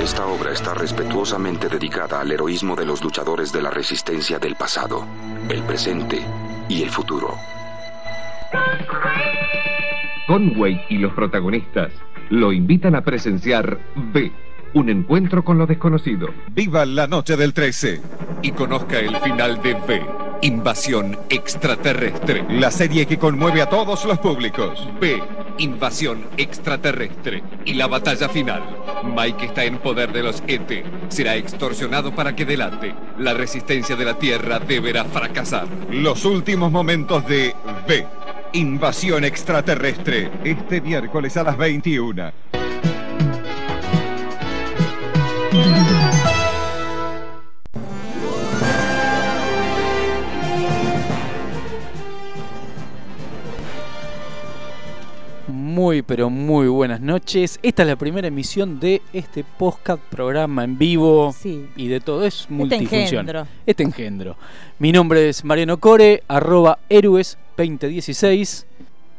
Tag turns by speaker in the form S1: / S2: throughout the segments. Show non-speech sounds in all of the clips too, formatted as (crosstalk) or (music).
S1: está respetuosamente dedicada al heroísmo de los luchadores de la resistencia del pasado, el presente y el futuro.
S2: Conway y los protagonistas lo invitan a presenciar B, un encuentro con lo desconocido.
S3: Viva la noche del 13 y conozca el final de B, Invasión Extraterrestre. La serie que conmueve a todos los públicos. B, Invasión Extraterrestre y la batalla final. Mike está en poder de los ET. Será extorsionado para que delate. La resistencia de la Tierra deberá fracasar. Los últimos momentos de B, Invasión Extraterrestre. Este miércoles a las 21.
S4: Muy, pero muy buenas noches. Esta es la primera emisión de este podcast, programa en vivo
S5: Sí.
S4: y de todo. Es multifunción.
S5: engendro.
S4: Este engendro. Mi nombre es Mariano Core, arroba héroes 2016.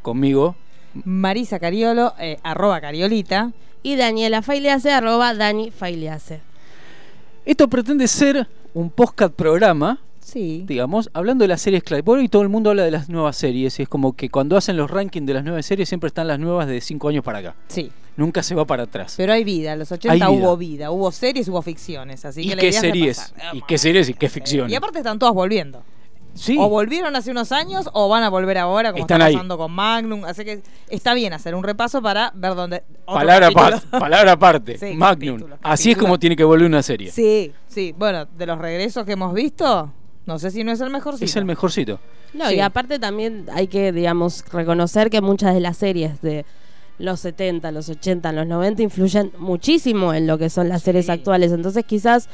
S4: Conmigo.
S5: Marisa Cariolo, eh, arroba Cariolita.
S6: Y Daniela Faileace, arroba Dani Faileace.
S4: Esto pretende ser un podcast programa,
S5: Sí.
S4: digamos, hablando de las series clave. Por hoy todo el mundo habla de las nuevas series y es como que cuando hacen los rankings de las nuevas series siempre están las nuevas de 5 años para acá.
S5: Sí.
S4: Nunca se va para atrás.
S5: Pero hay vida. En los 80
S4: Hay vida.
S5: hubo vida. Hubo series, hubo ficciones. Así
S4: ¿Y
S5: que la
S4: qué
S5: idea es
S4: series?
S5: repasar.
S4: ¿Y
S5: Ah,
S4: qué series y qué
S5: eh,
S4: ficciones?
S5: Y aparte están todas volviendo.
S4: sí.
S5: O volvieron hace unos años o van a volver ahora, como
S4: Están
S5: está
S4: ahí.
S5: pasando con Magnum. Así que está bien hacer un repaso para ver dónde. otro
S4: Palabra,
S5: capítulo.
S4: pa- palabra aparte,
S5: Sí,
S4: Magnum.
S5: capítulo,
S4: Así es
S5: capítulo.
S4: como tiene que volver una serie.
S5: Sí, sí. Bueno, de los regresos que hemos visto, no sé si no es el mejor.
S4: es
S5: sino-
S4: el mejorcito.
S6: No,
S5: Sí.
S6: y aparte también hay que, digamos, reconocer que muchas de las series de los 70, los 80, los 90 influyen muchísimo en lo que son las series
S5: Sí.
S6: actuales. Entonces quizás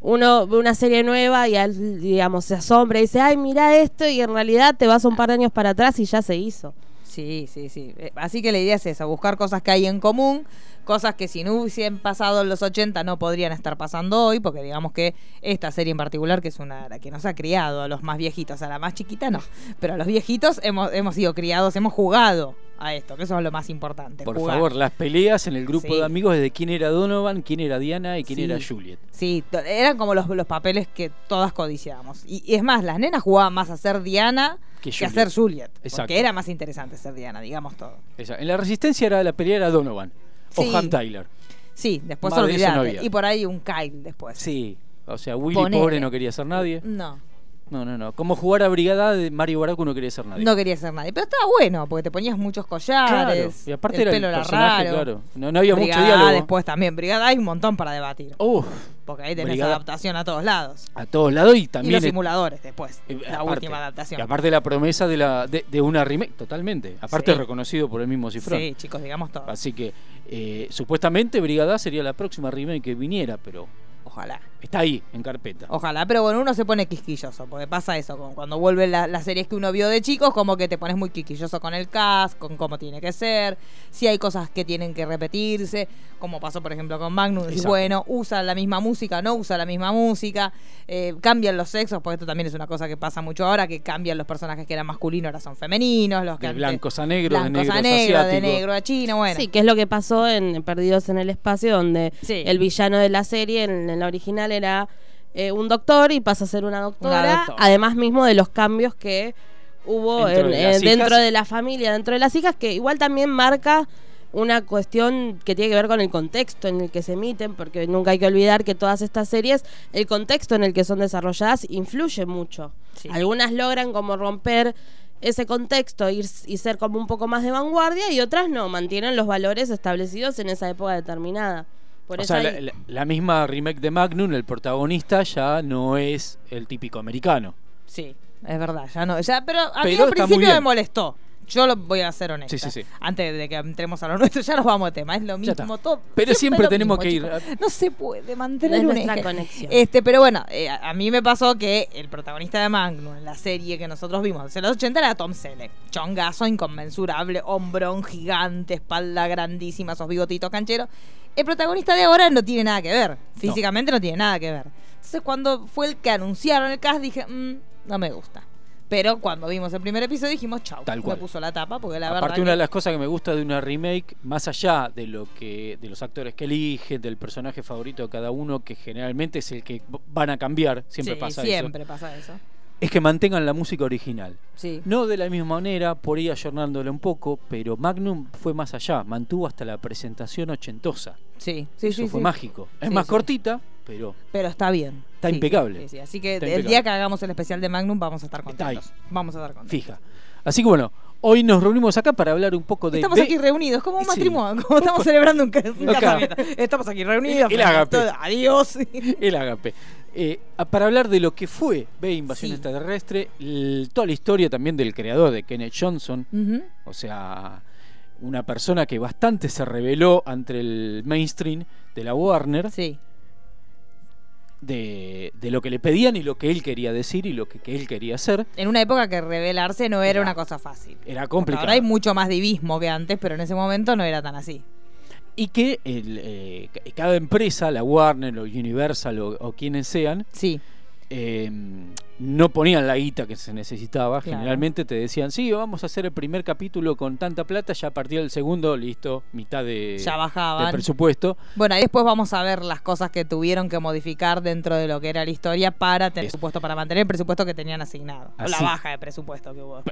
S6: uno ve una serie nueva y, al- digamos, se asombra y dice, ay, mira esto, y en realidad te vas un par de años para atrás y ya se hizo.
S5: Sí, sí, sí. Eh, Así que la idea es esa, buscar cosas que hay en común, cosas que si no hubiesen pasado en los 80 no podrían estar pasando hoy, porque digamos que esta serie en particular, que es una la que nos ha criado a los más viejitos, a la más chiquita no, pero a los viejitos hemos, hemos sido criados, hemos jugado a esto, que eso es lo más importante.
S4: Por
S5: jugar.
S4: favor, las peleas en el grupo
S5: Sí.
S4: de amigos de quién era Donovan, quién era Diana y quién
S5: Sí.
S4: era Juliet.
S5: Sí, to- eran como los, los papeles que todas codiciábamos. Y, y es más, las nenas jugaban más a ser Diana
S4: Que
S5: que, a
S4: Juliet.
S5: ser Juliet,
S4: Exacto.
S5: porque era más interesante ser Diana, digamos todo.
S4: Esa. En la resistencia era la pelea era Donovan o
S5: Sí.
S4: Ham Tyler.
S5: Sí, después
S4: Más de eso no
S5: olvidate.
S4: había.
S5: y por ahí un Kyle después.
S4: Sí. O sea, Willy
S5: Ponele.
S4: pobre no quería ser nadie.
S5: No,
S4: No, no, no. Como jugar a brigada de Mario Baracu no quería ser nadie.
S5: no quería ser nadie. Pero estaba bueno, porque te ponías muchos
S4: claro.
S5: collares.
S4: Y aparte
S5: el
S4: era
S5: pelo
S4: el
S5: era
S4: personaje,
S5: raro.
S4: claro. No, no había
S5: Brigada
S4: mucho diálogo.
S5: después también. Brigada hay un montón para debatir.
S4: Uf,
S5: Porque ahí tenés
S4: Brigada.
S5: adaptación a todos lados.
S4: a todos lados y
S5: y
S4: también
S5: los
S4: es-
S5: simuladores después.
S4: Eh,
S5: la
S4: aparte.
S5: última adaptación.
S4: Y aparte la promesa de, la, de, de una remake, totalmente. Aparte
S5: Sí.
S4: reconocido por el mismo cifrón.
S5: sí, chicos, digamos todo.
S4: Así que eh, supuestamente Brigada sería la próxima remake que viniera, pero
S5: Ojalá.
S4: está ahí, en carpeta.
S5: Ojalá, pero bueno, uno se pone quisquilloso, porque pasa eso, con- cuando vuelven la- las series que uno vio de chicos, como que te pones muy quisquilloso con el cast, con cómo tiene que ser, si hay cosas que tienen que repetirse, como pasó por ejemplo con Magnum, decís,
S4: Exacto.
S5: bueno, usa la misma música, no usa la misma música, eh, cambian los sexos, porque esto también es una cosa que pasa mucho ahora, que cambian los personajes que eran masculinos, ahora son femeninos, los que
S4: De
S5: antes-
S4: blancos a negros, de
S5: blancos
S4: negros
S5: a negro, de
S4: asiáticos.
S5: negro a chino, bueno.
S6: Sí, que es lo que pasó en Perdidos en el Espacio, donde
S5: Sí.
S6: el villano de la serie, en, en la original, era eh, un doctor y pasa a ser una doctora,
S5: Una doctora.
S6: además mismo de los cambios que hubo
S4: Dentro
S6: en-
S4: de
S6: en-
S4: las
S6: dentro
S4: hijas.
S6: de la familia, dentro de las hijas, que igual también marca una cuestión que tiene que ver con el contexto en el que se emiten, porque nunca hay que olvidar que todas estas series, el contexto en el que son desarrolladas influye mucho.
S5: Sí.
S6: Algunas logran como romper ese contexto ir, y ser como un poco más de vanguardia y otras no, mantienen los valores establecidos en esa época determinada. Por
S4: o
S6: eso
S4: sea,
S6: hay-
S4: la, la- la misma remake de Magnum, el protagonista ya no es el típico americano.
S5: Sí, es verdad, ya no. Ya, pero a
S4: Pero
S5: mí al
S4: está muy
S5: principio
S4: bien.
S5: me molestó. Yo lo voy a ser
S4: Sí,
S5: honesta.
S4: sí, sí.
S5: Antes de que entremos a lo nuestro, ya nos vamos de tema. Es lo
S4: Ya está.
S5: mismo todo.
S4: Pero siempre
S5: lo
S4: tenemos que
S5: chicos.
S4: ir a-
S5: No se puede mantener
S6: No es
S5: un
S6: nuestra
S5: eje.
S6: conexión.
S5: Este, pero bueno, eh, a a mí me pasó que el protagonista de Magnum en la serie que nosotros vimos en los 80 era Tom Selleck. Chongazo inconmensurable, hombrón gigante, espalda grandísima, esos bigotitos cancheros. El protagonista de ahora no tiene nada que ver. Físicamente no, tiene nada que ver. Entonces, cuando fue el que anunciaron el cast, dije, "Mm, no me gusta. Pero cuando vimos el primer episodio dijimos, chau,
S4: Tal
S5: me
S4: cual.
S5: puso la tapa, porque la
S4: Aparte,
S5: verdad
S4: una
S5: que-
S4: de las cosas que me gusta de una remake, más allá de lo que de los actores que eligen, del personaje favorito de cada uno, que generalmente es el que v- van a cambiar, siempre
S5: Sí,
S4: pasa
S5: siempre pasa eso.
S4: eso, es que mantengan la música original.
S5: Sí.
S4: No de la misma manera, por ahí ayornándola un poco, pero Magnum fue más allá, mantuvo hasta la presentación ochentosa.
S5: Sí, sí,
S4: eso
S5: sí,
S4: fue
S5: sí.
S4: mágico. Es
S5: Sí,
S4: más
S5: sí.
S4: cortita, pero
S5: Pero está bien.
S4: Está
S5: Sí,
S4: impecable.
S5: sí, sí. Así que
S4: Está
S5: el
S4: impecable.
S5: día que hagamos el especial de Magnum vamos a estar
S4: Está ahí.
S5: contentos. Vamos a estar contentos.
S4: fija. Así que bueno, hoy nos reunimos acá para hablar un poco de.
S5: Estamos
S4: de-
S5: aquí reunidos, como un
S4: Sí.
S5: matrimonio, (laughs) como estamos celebrando un, ca- un
S4: Acá.
S5: casamiento. Estamos aquí reunidos.
S4: El- el ágape.
S5: todo-
S4: (laughs)
S5: Adiós.
S4: el agape. Eh, para hablar de lo que fue B Invasión
S5: Sí.
S4: Extraterrestre, l- toda la historia también del creador de Kenneth Johnson,
S5: Ujú.
S4: o sea, una persona que bastante se reveló ante el mainstream de la Warner,
S5: Sí,
S4: de, de lo que le pedían y lo que él quería decir y lo que, que él quería hacer.
S5: en una época que revelarse no era
S4: Era-
S5: una cosa fácil.
S4: Era
S5: Ahora hay
S4: complicado.
S5: mucho más divismo que antes, pero en ese momento no era tan así.
S4: Y que el, eh, ca- cada empresa, la Warner o Universal o, o quienes sean,
S5: Sí,
S4: eh, no ponían la guita que se necesitaba.
S5: Claro.
S4: Generalmente te decían, sí, vamos a hacer el primer capítulo con tanta plata, ya a partir del segundo, listo, mitad de,
S5: ya
S4: del
S5: bajaban.
S4: presupuesto.
S5: Bueno, ahí después vamos a ver las cosas que tuvieron que modificar dentro de lo que era la historia para tener
S4: Es-
S5: presupuesto, para mantener el presupuesto que tenían asignado. O la
S4: Así.
S5: baja de presupuesto que hubo.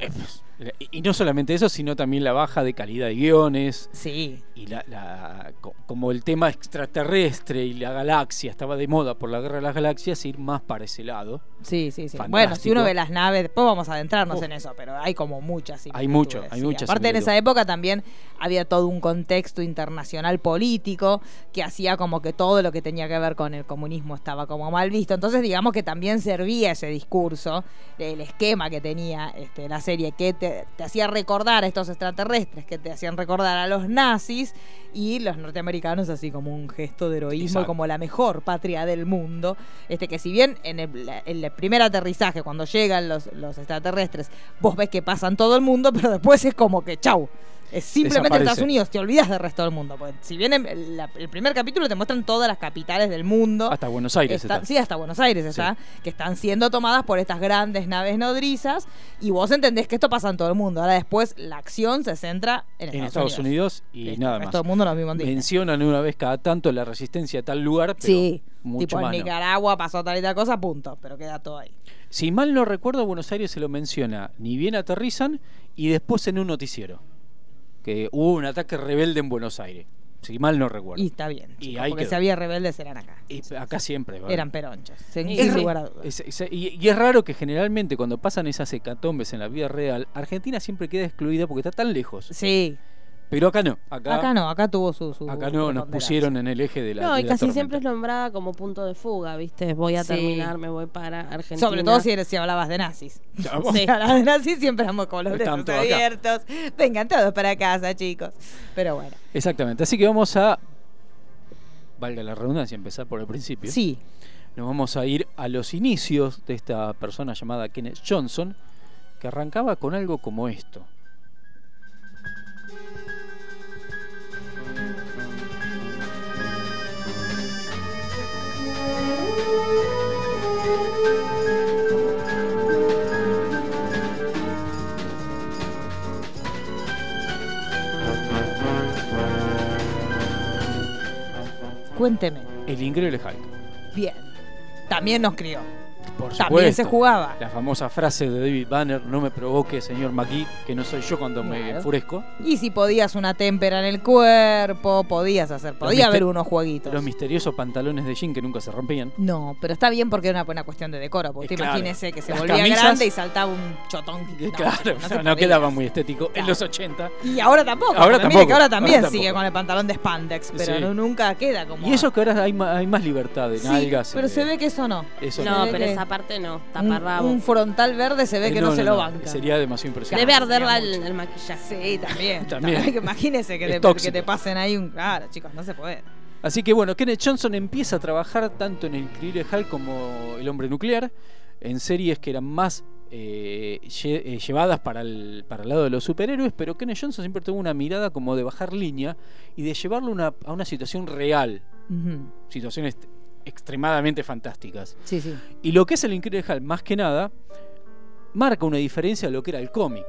S4: Y- Y no solamente eso, sino también la baja de calidad de guiones
S5: Sí,
S4: y la, la- co- como el tema extraterrestre y la galaxia estaba de moda por la guerra de las galaxias, ir más para ese lado.
S5: sí, sí, sí.
S4: Fantástico.
S5: Bueno, si uno ve las naves, después vamos a adentrarnos
S4: Uf.
S5: en eso, pero hay como muchas.
S4: Hay
S5: similitudes,
S4: mucho, hay
S5: sí.
S4: muchas
S5: Aparte en esa
S4: similitudes.
S5: época también había todo un contexto internacional político que hacía como que todo lo que tenía que ver con el comunismo estaba como mal visto. Entonces digamos que también servía ese discurso, el esquema que tenía este, la serie, que te, te hacía recordar a estos extraterrestres, que te hacían recordar a los nazis y los norteamericanos así como un gesto de heroísmo,
S4: Exacto.
S5: como la mejor patria del mundo. Este que si bien en el, la- en el primer aterrizaje, cuando llegan los, los extraterrestres, vos ves que pasan todo el mundo, (laughs) pero después es como que chau. Es simplemente
S4: Desaparece.
S5: Estados Unidos, te olvidas del resto del mundo. porque si bien en la- el primer capítulo te muestran todas las capitales del mundo.
S4: Hasta Buenos Aires
S5: Está-
S4: está.
S5: Sí, hasta Buenos Aires está, que están siendo tomadas por estas grandes naves nodrizas y vos entendés que esto pasa en todo el mundo. Ahora después la acción se centra en Estados,
S4: en Estados Unidos, y
S5: Listo,
S4: nada
S5: el
S4: más.
S5: resto del mundo lo mismo en Disney.
S4: Mencionan una vez cada tanto la resistencia a tal lugar, pero
S5: Sí,
S4: mucho
S5: tipo en
S4: más no.
S5: Nicaragua pasó tal y tal cosa, punto, pero queda todo ahí.
S4: Si mal no recuerdo, Buenos Aires se lo menciona, ni bien aterrizan y después en un noticiero. Que hubo un ataque rebelde en Buenos Aires. Si mal no recuerdo.
S5: Y está bien.
S4: Y
S5: chicos,
S4: ahí
S5: porque
S4: quedó.
S5: si había rebeldes eran acá.
S4: Y acá siempre. va a haber.
S5: Eran peronchos. Sin,
S4: Es
S5: sin
S4: re-
S5: lugar a dudas.
S4: es- es- y, y es raro que generalmente cuando pasan esas hecatombes en la vida real, Argentina siempre queda excluida porque está tan lejos.
S5: Sí,
S4: Pero acá no. Acá,
S5: acá no, acá tuvo su. su
S4: acá no, nos
S5: preponderancia.
S4: pusieron en el eje de la.
S6: No,
S4: de
S6: y
S4: la
S6: casi
S4: tormenta.
S6: siempre es nombrada como punto de fuga, ¿viste? Voy a
S5: Sí.
S6: terminar, me voy para Argentina.
S5: Sobre todo si, eres- si hablabas de nazis. (laughs)
S4: Ya, vos.
S5: Si hablabas de nazis, siempre éramos con los
S4: Están
S5: brazos
S4: todos acá.
S5: abiertos. Vengan todos para casa, chicos. Pero bueno.
S4: Exactamente. Así que vamos a. Valga la redundancia, empezar por el principio.
S5: Sí,
S4: Nos vamos a ir a los inicios de esta persona llamada Kenneth Johnson, que arrancaba con algo como esto.
S5: cuénteme.
S4: El Increíble Hulk.
S5: Bien. También nos crió.
S4: Por
S5: También se
S4: supuesto.
S5: jugaba.
S4: La famosa frase de David Banner, no me provoque, señor McGee, que no soy yo cuando me
S5: Claro.
S4: enfurezco.
S5: Y si podías una témpera en el cuerpo, podías hacer, podía
S4: mister-
S5: haber unos jueguitos.
S4: Los misteriosos pantalones de jean que nunca se rompían.
S5: No, pero está bien porque era una buena cuestión de decoro. Porque
S4: Eh,
S5: usted
S4: claro.
S5: imagínese que se
S4: Las
S5: volvía
S4: camisas- Eh,
S5: grande y saltaba un chotón. No,
S4: claro,
S5: chico,
S4: (laughs) no,
S5: se podía.
S4: quedaba muy estético en
S5: Claro.
S4: los 80.
S5: Y ahora tampoco.
S4: Ahora
S5: Ahora
S4: tampoco,
S5: que ahora
S4: ahora
S5: también
S4: tampoco.
S5: sigue con el pantalón de spandex, pero
S4: Sí.
S5: no- nunca queda como.
S4: Y eso que ahora hay, ma- hay más libertad de
S5: Sí,
S4: nalgas.
S5: pero
S4: eh,
S5: se ve que eso no.
S4: eso
S5: Se
S6: No,
S5: ve
S6: pero
S5: que-
S6: esa parte no,
S5: Un,
S6: taparrabo.
S5: un frontal verde se ve
S4: Eh,
S5: que no, se lo banca.
S4: Sería demasiado impresionante.
S6: Debe
S5: Claro,
S6: arder
S5: sería
S6: el,
S5: mucho.
S6: el maquillaje.
S5: Sí,
S4: (laughs)
S5: también.
S4: También.
S5: También que Imagínese que
S4: Es
S5: te,
S4: tóxico.
S5: que te pasen ahí un. Claro, chicos, no se puede.
S4: Así que bueno, Kenneth Johnson empieza a trabajar tanto en el Increíble Hulk como El Hombre Nuclear, en series que eran más eh, lle- eh, llevadas para el, para el lado de los superhéroes, pero Kenneth Johnson siempre tuvo una mirada como de bajar línea y de llevarlo una- a una situación real,
S5: Ujú.
S4: situaciones extremadamente fantásticas.
S5: Sí, sí.
S4: Y lo que es el Increíble Hulk, más que nada, marca una diferencia de lo que era el cómic.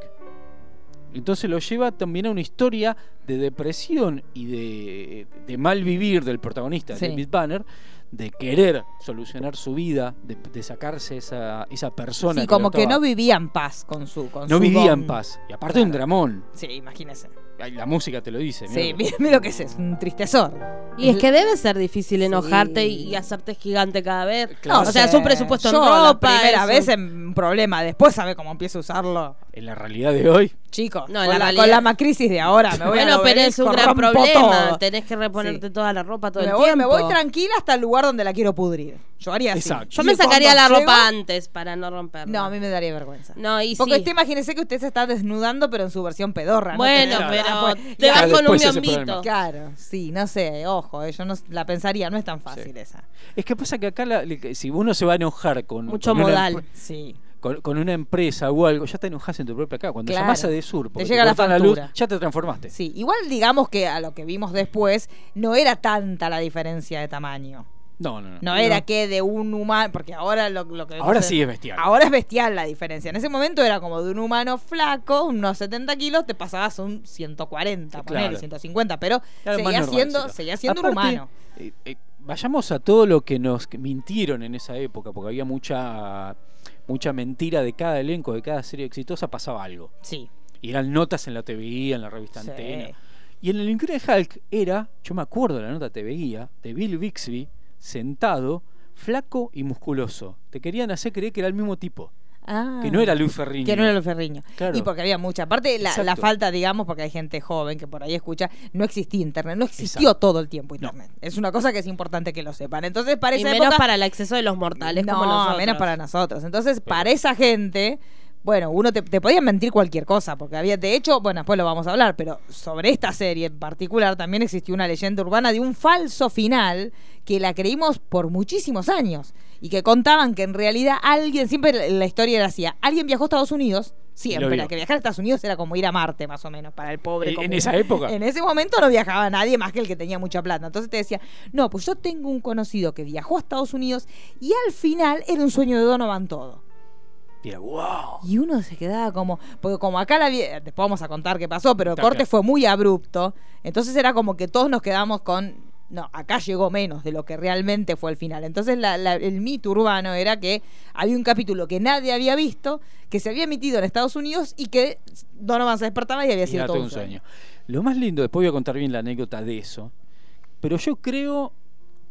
S4: Entonces lo lleva también a una historia de depresión y de, de mal vivir del protagonista,
S5: Sí.
S4: David Banner, de querer solucionar su vida, de, de sacarse esa, esa persona.
S5: Sí, como
S4: lo
S5: que
S4: estaba-
S5: no vivía en paz con su. Con
S4: no
S5: su
S4: vivía en
S5: don.
S4: paz. Y aparte
S5: Claro.
S4: un dramón.
S5: Sí, imagínese.
S4: Ay, La música te lo dice. mirá
S5: Sí,
S4: lo que-
S5: (laughs) mira, mira lo que es, es un tristezor.
S6: Y es que debe ser difícil
S5: Sí.
S6: enojarte y, y hacerte gigante cada vez.
S4: Claro.
S6: o sea, es
S5: sé,
S6: un presupuesto
S5: yo
S6: en ropa.
S5: La primera
S6: es
S5: vez
S6: un-
S5: en un problema, después sabe cómo empiezo a usarlo.
S4: En la realidad de hoy.
S5: Chicos,
S6: No,
S5: con,
S6: la
S5: la,
S6: realidad-
S5: con la macrisis de ahora. Me voy
S6: Bueno,
S5: al
S6: pero es un
S5: obelisco,
S6: gran
S5: rompo
S6: problema.
S5: todo.
S6: Tenés que reponerte
S5: Sí.
S6: toda la ropa todo
S5: me,
S6: el
S5: voy,
S6: tiempo.
S5: me voy tranquila hasta el lugar donde la quiero pudrir. Yo haría así.
S4: Exacto.
S6: Yo
S5: Y
S6: me
S5: cuando
S6: sacaría la
S5: llego-
S6: ropa antes para no romperla.
S5: No, a mí me daría vergüenza.
S6: No, y
S5: Porque
S6: sí.
S5: usted imagínese que usted se está desnudando, pero en su versión pedorra.
S6: Bueno,
S5: ¿no?
S6: pero
S5: Ah,
S6: te vas
S4: Claro,
S6: con un
S4: después ese
S6: miombito.
S4: problema.
S5: Claro, sí, no sé, ojo, eh, yo no la pensaría, no es tan fácil esa.
S4: Es que pasa que acá, la- le- si uno se va a enojar con.
S6: Mucho
S4: con una
S6: modal.
S4: empre-
S5: Sí.
S4: con, con una empresa o algo, ya te enojas en tu propia cara. Cuando
S5: Claro.
S4: llamás a De Sur, porque
S5: Te llega la
S4: cortan
S5: factura.
S4: ya te transformaste.
S5: Sí, igual digamos que a lo que vimos después no era tanta la diferencia de tamaño.
S4: No, no, no.
S5: No, era que de un humano, porque ahora lo, lo que...
S4: Ahora
S5: no sé,
S4: sí es bestial.
S5: Ahora es bestial la diferencia. En ese momento era como de un humano flaco, unos 70 kilos, te pasabas un 140,
S4: Claro.
S5: ponele, 150, pero
S4: Claro, más
S5: seguía,
S4: normal,
S5: siendo,
S4: sí,
S5: seguía siendo un
S4: Aparte,
S5: humano.
S4: eh, eh, vayamos a todo lo que nos mintieron en esa época, porque había mucha mucha mentira de cada elenco, de cada serie exitosa, pasaba algo.
S5: Sí.
S4: Y eran notas en la TV Guía, en la revista
S5: Sí.
S4: Antena. Y en el Increíble Hulk era, yo me acuerdo de la nota TV Guía, de Bill Bixby, sentado, flaco y musculoso. Te querían hacer creer que era el mismo tipo,
S5: Ah.
S4: que no era Luis Ferrini.
S5: Que no era lo ferriño.
S4: Claro.
S5: Y porque había mucha. Aparte, la, la
S4: Exacto.
S5: falta, digamos, porque hay gente joven que por ahí escucha, no existía internet. No existió
S4: Exacto.
S5: todo el tiempo
S4: No.
S5: internet. Es una cosa que es importante que lo sepan. Entonces, para
S6: Y
S5: esa
S6: menos
S5: época-
S6: para el acceso de los mortales
S5: no,
S6: como nosotros.
S5: menos para nosotros. Entonces, para esa gente. Bueno, uno te, te podían mentir cualquier cosa, porque había, de hecho, bueno, después lo vamos a hablar, pero sobre esta serie en particular también existió una leyenda urbana de un falso final que la creímos por muchísimos años y que contaban que en realidad alguien, siempre la- la historia era así, alguien viajó a Estados Unidos,
S4: Y lo
S5: siempre,
S4: vio.
S5: la que viajar a Estados Unidos era como ir a Marte más o menos, para el pobre.
S4: E-, En- en
S5: común.
S4: esa época.
S5: En ese momento no viajaba nadie más que el que tenía mucha plata. Entonces te decía, no, pues yo tengo un conocido que viajó a Estados Unidos y al final era un sueño de Donovan todo.
S4: Y era, wow.
S5: Y uno se quedaba como, porque como acá la vi- después vamos a contar qué pasó, pero el
S4: Está
S5: corte
S4: claro.
S5: fue muy abrupto, entonces era como que todos nos quedamos con, no, acá llegó menos de lo que realmente fue el final. Entonces la- la- el mito urbano era que había un capítulo que nadie había visto, que se había emitido en Estados Unidos y que Donovan se despertaba y había
S4: Y
S5: sido
S4: era
S5: todo
S4: todo un sueño. Lo más lindo, después voy a contar bien la anécdota de eso, pero yo creo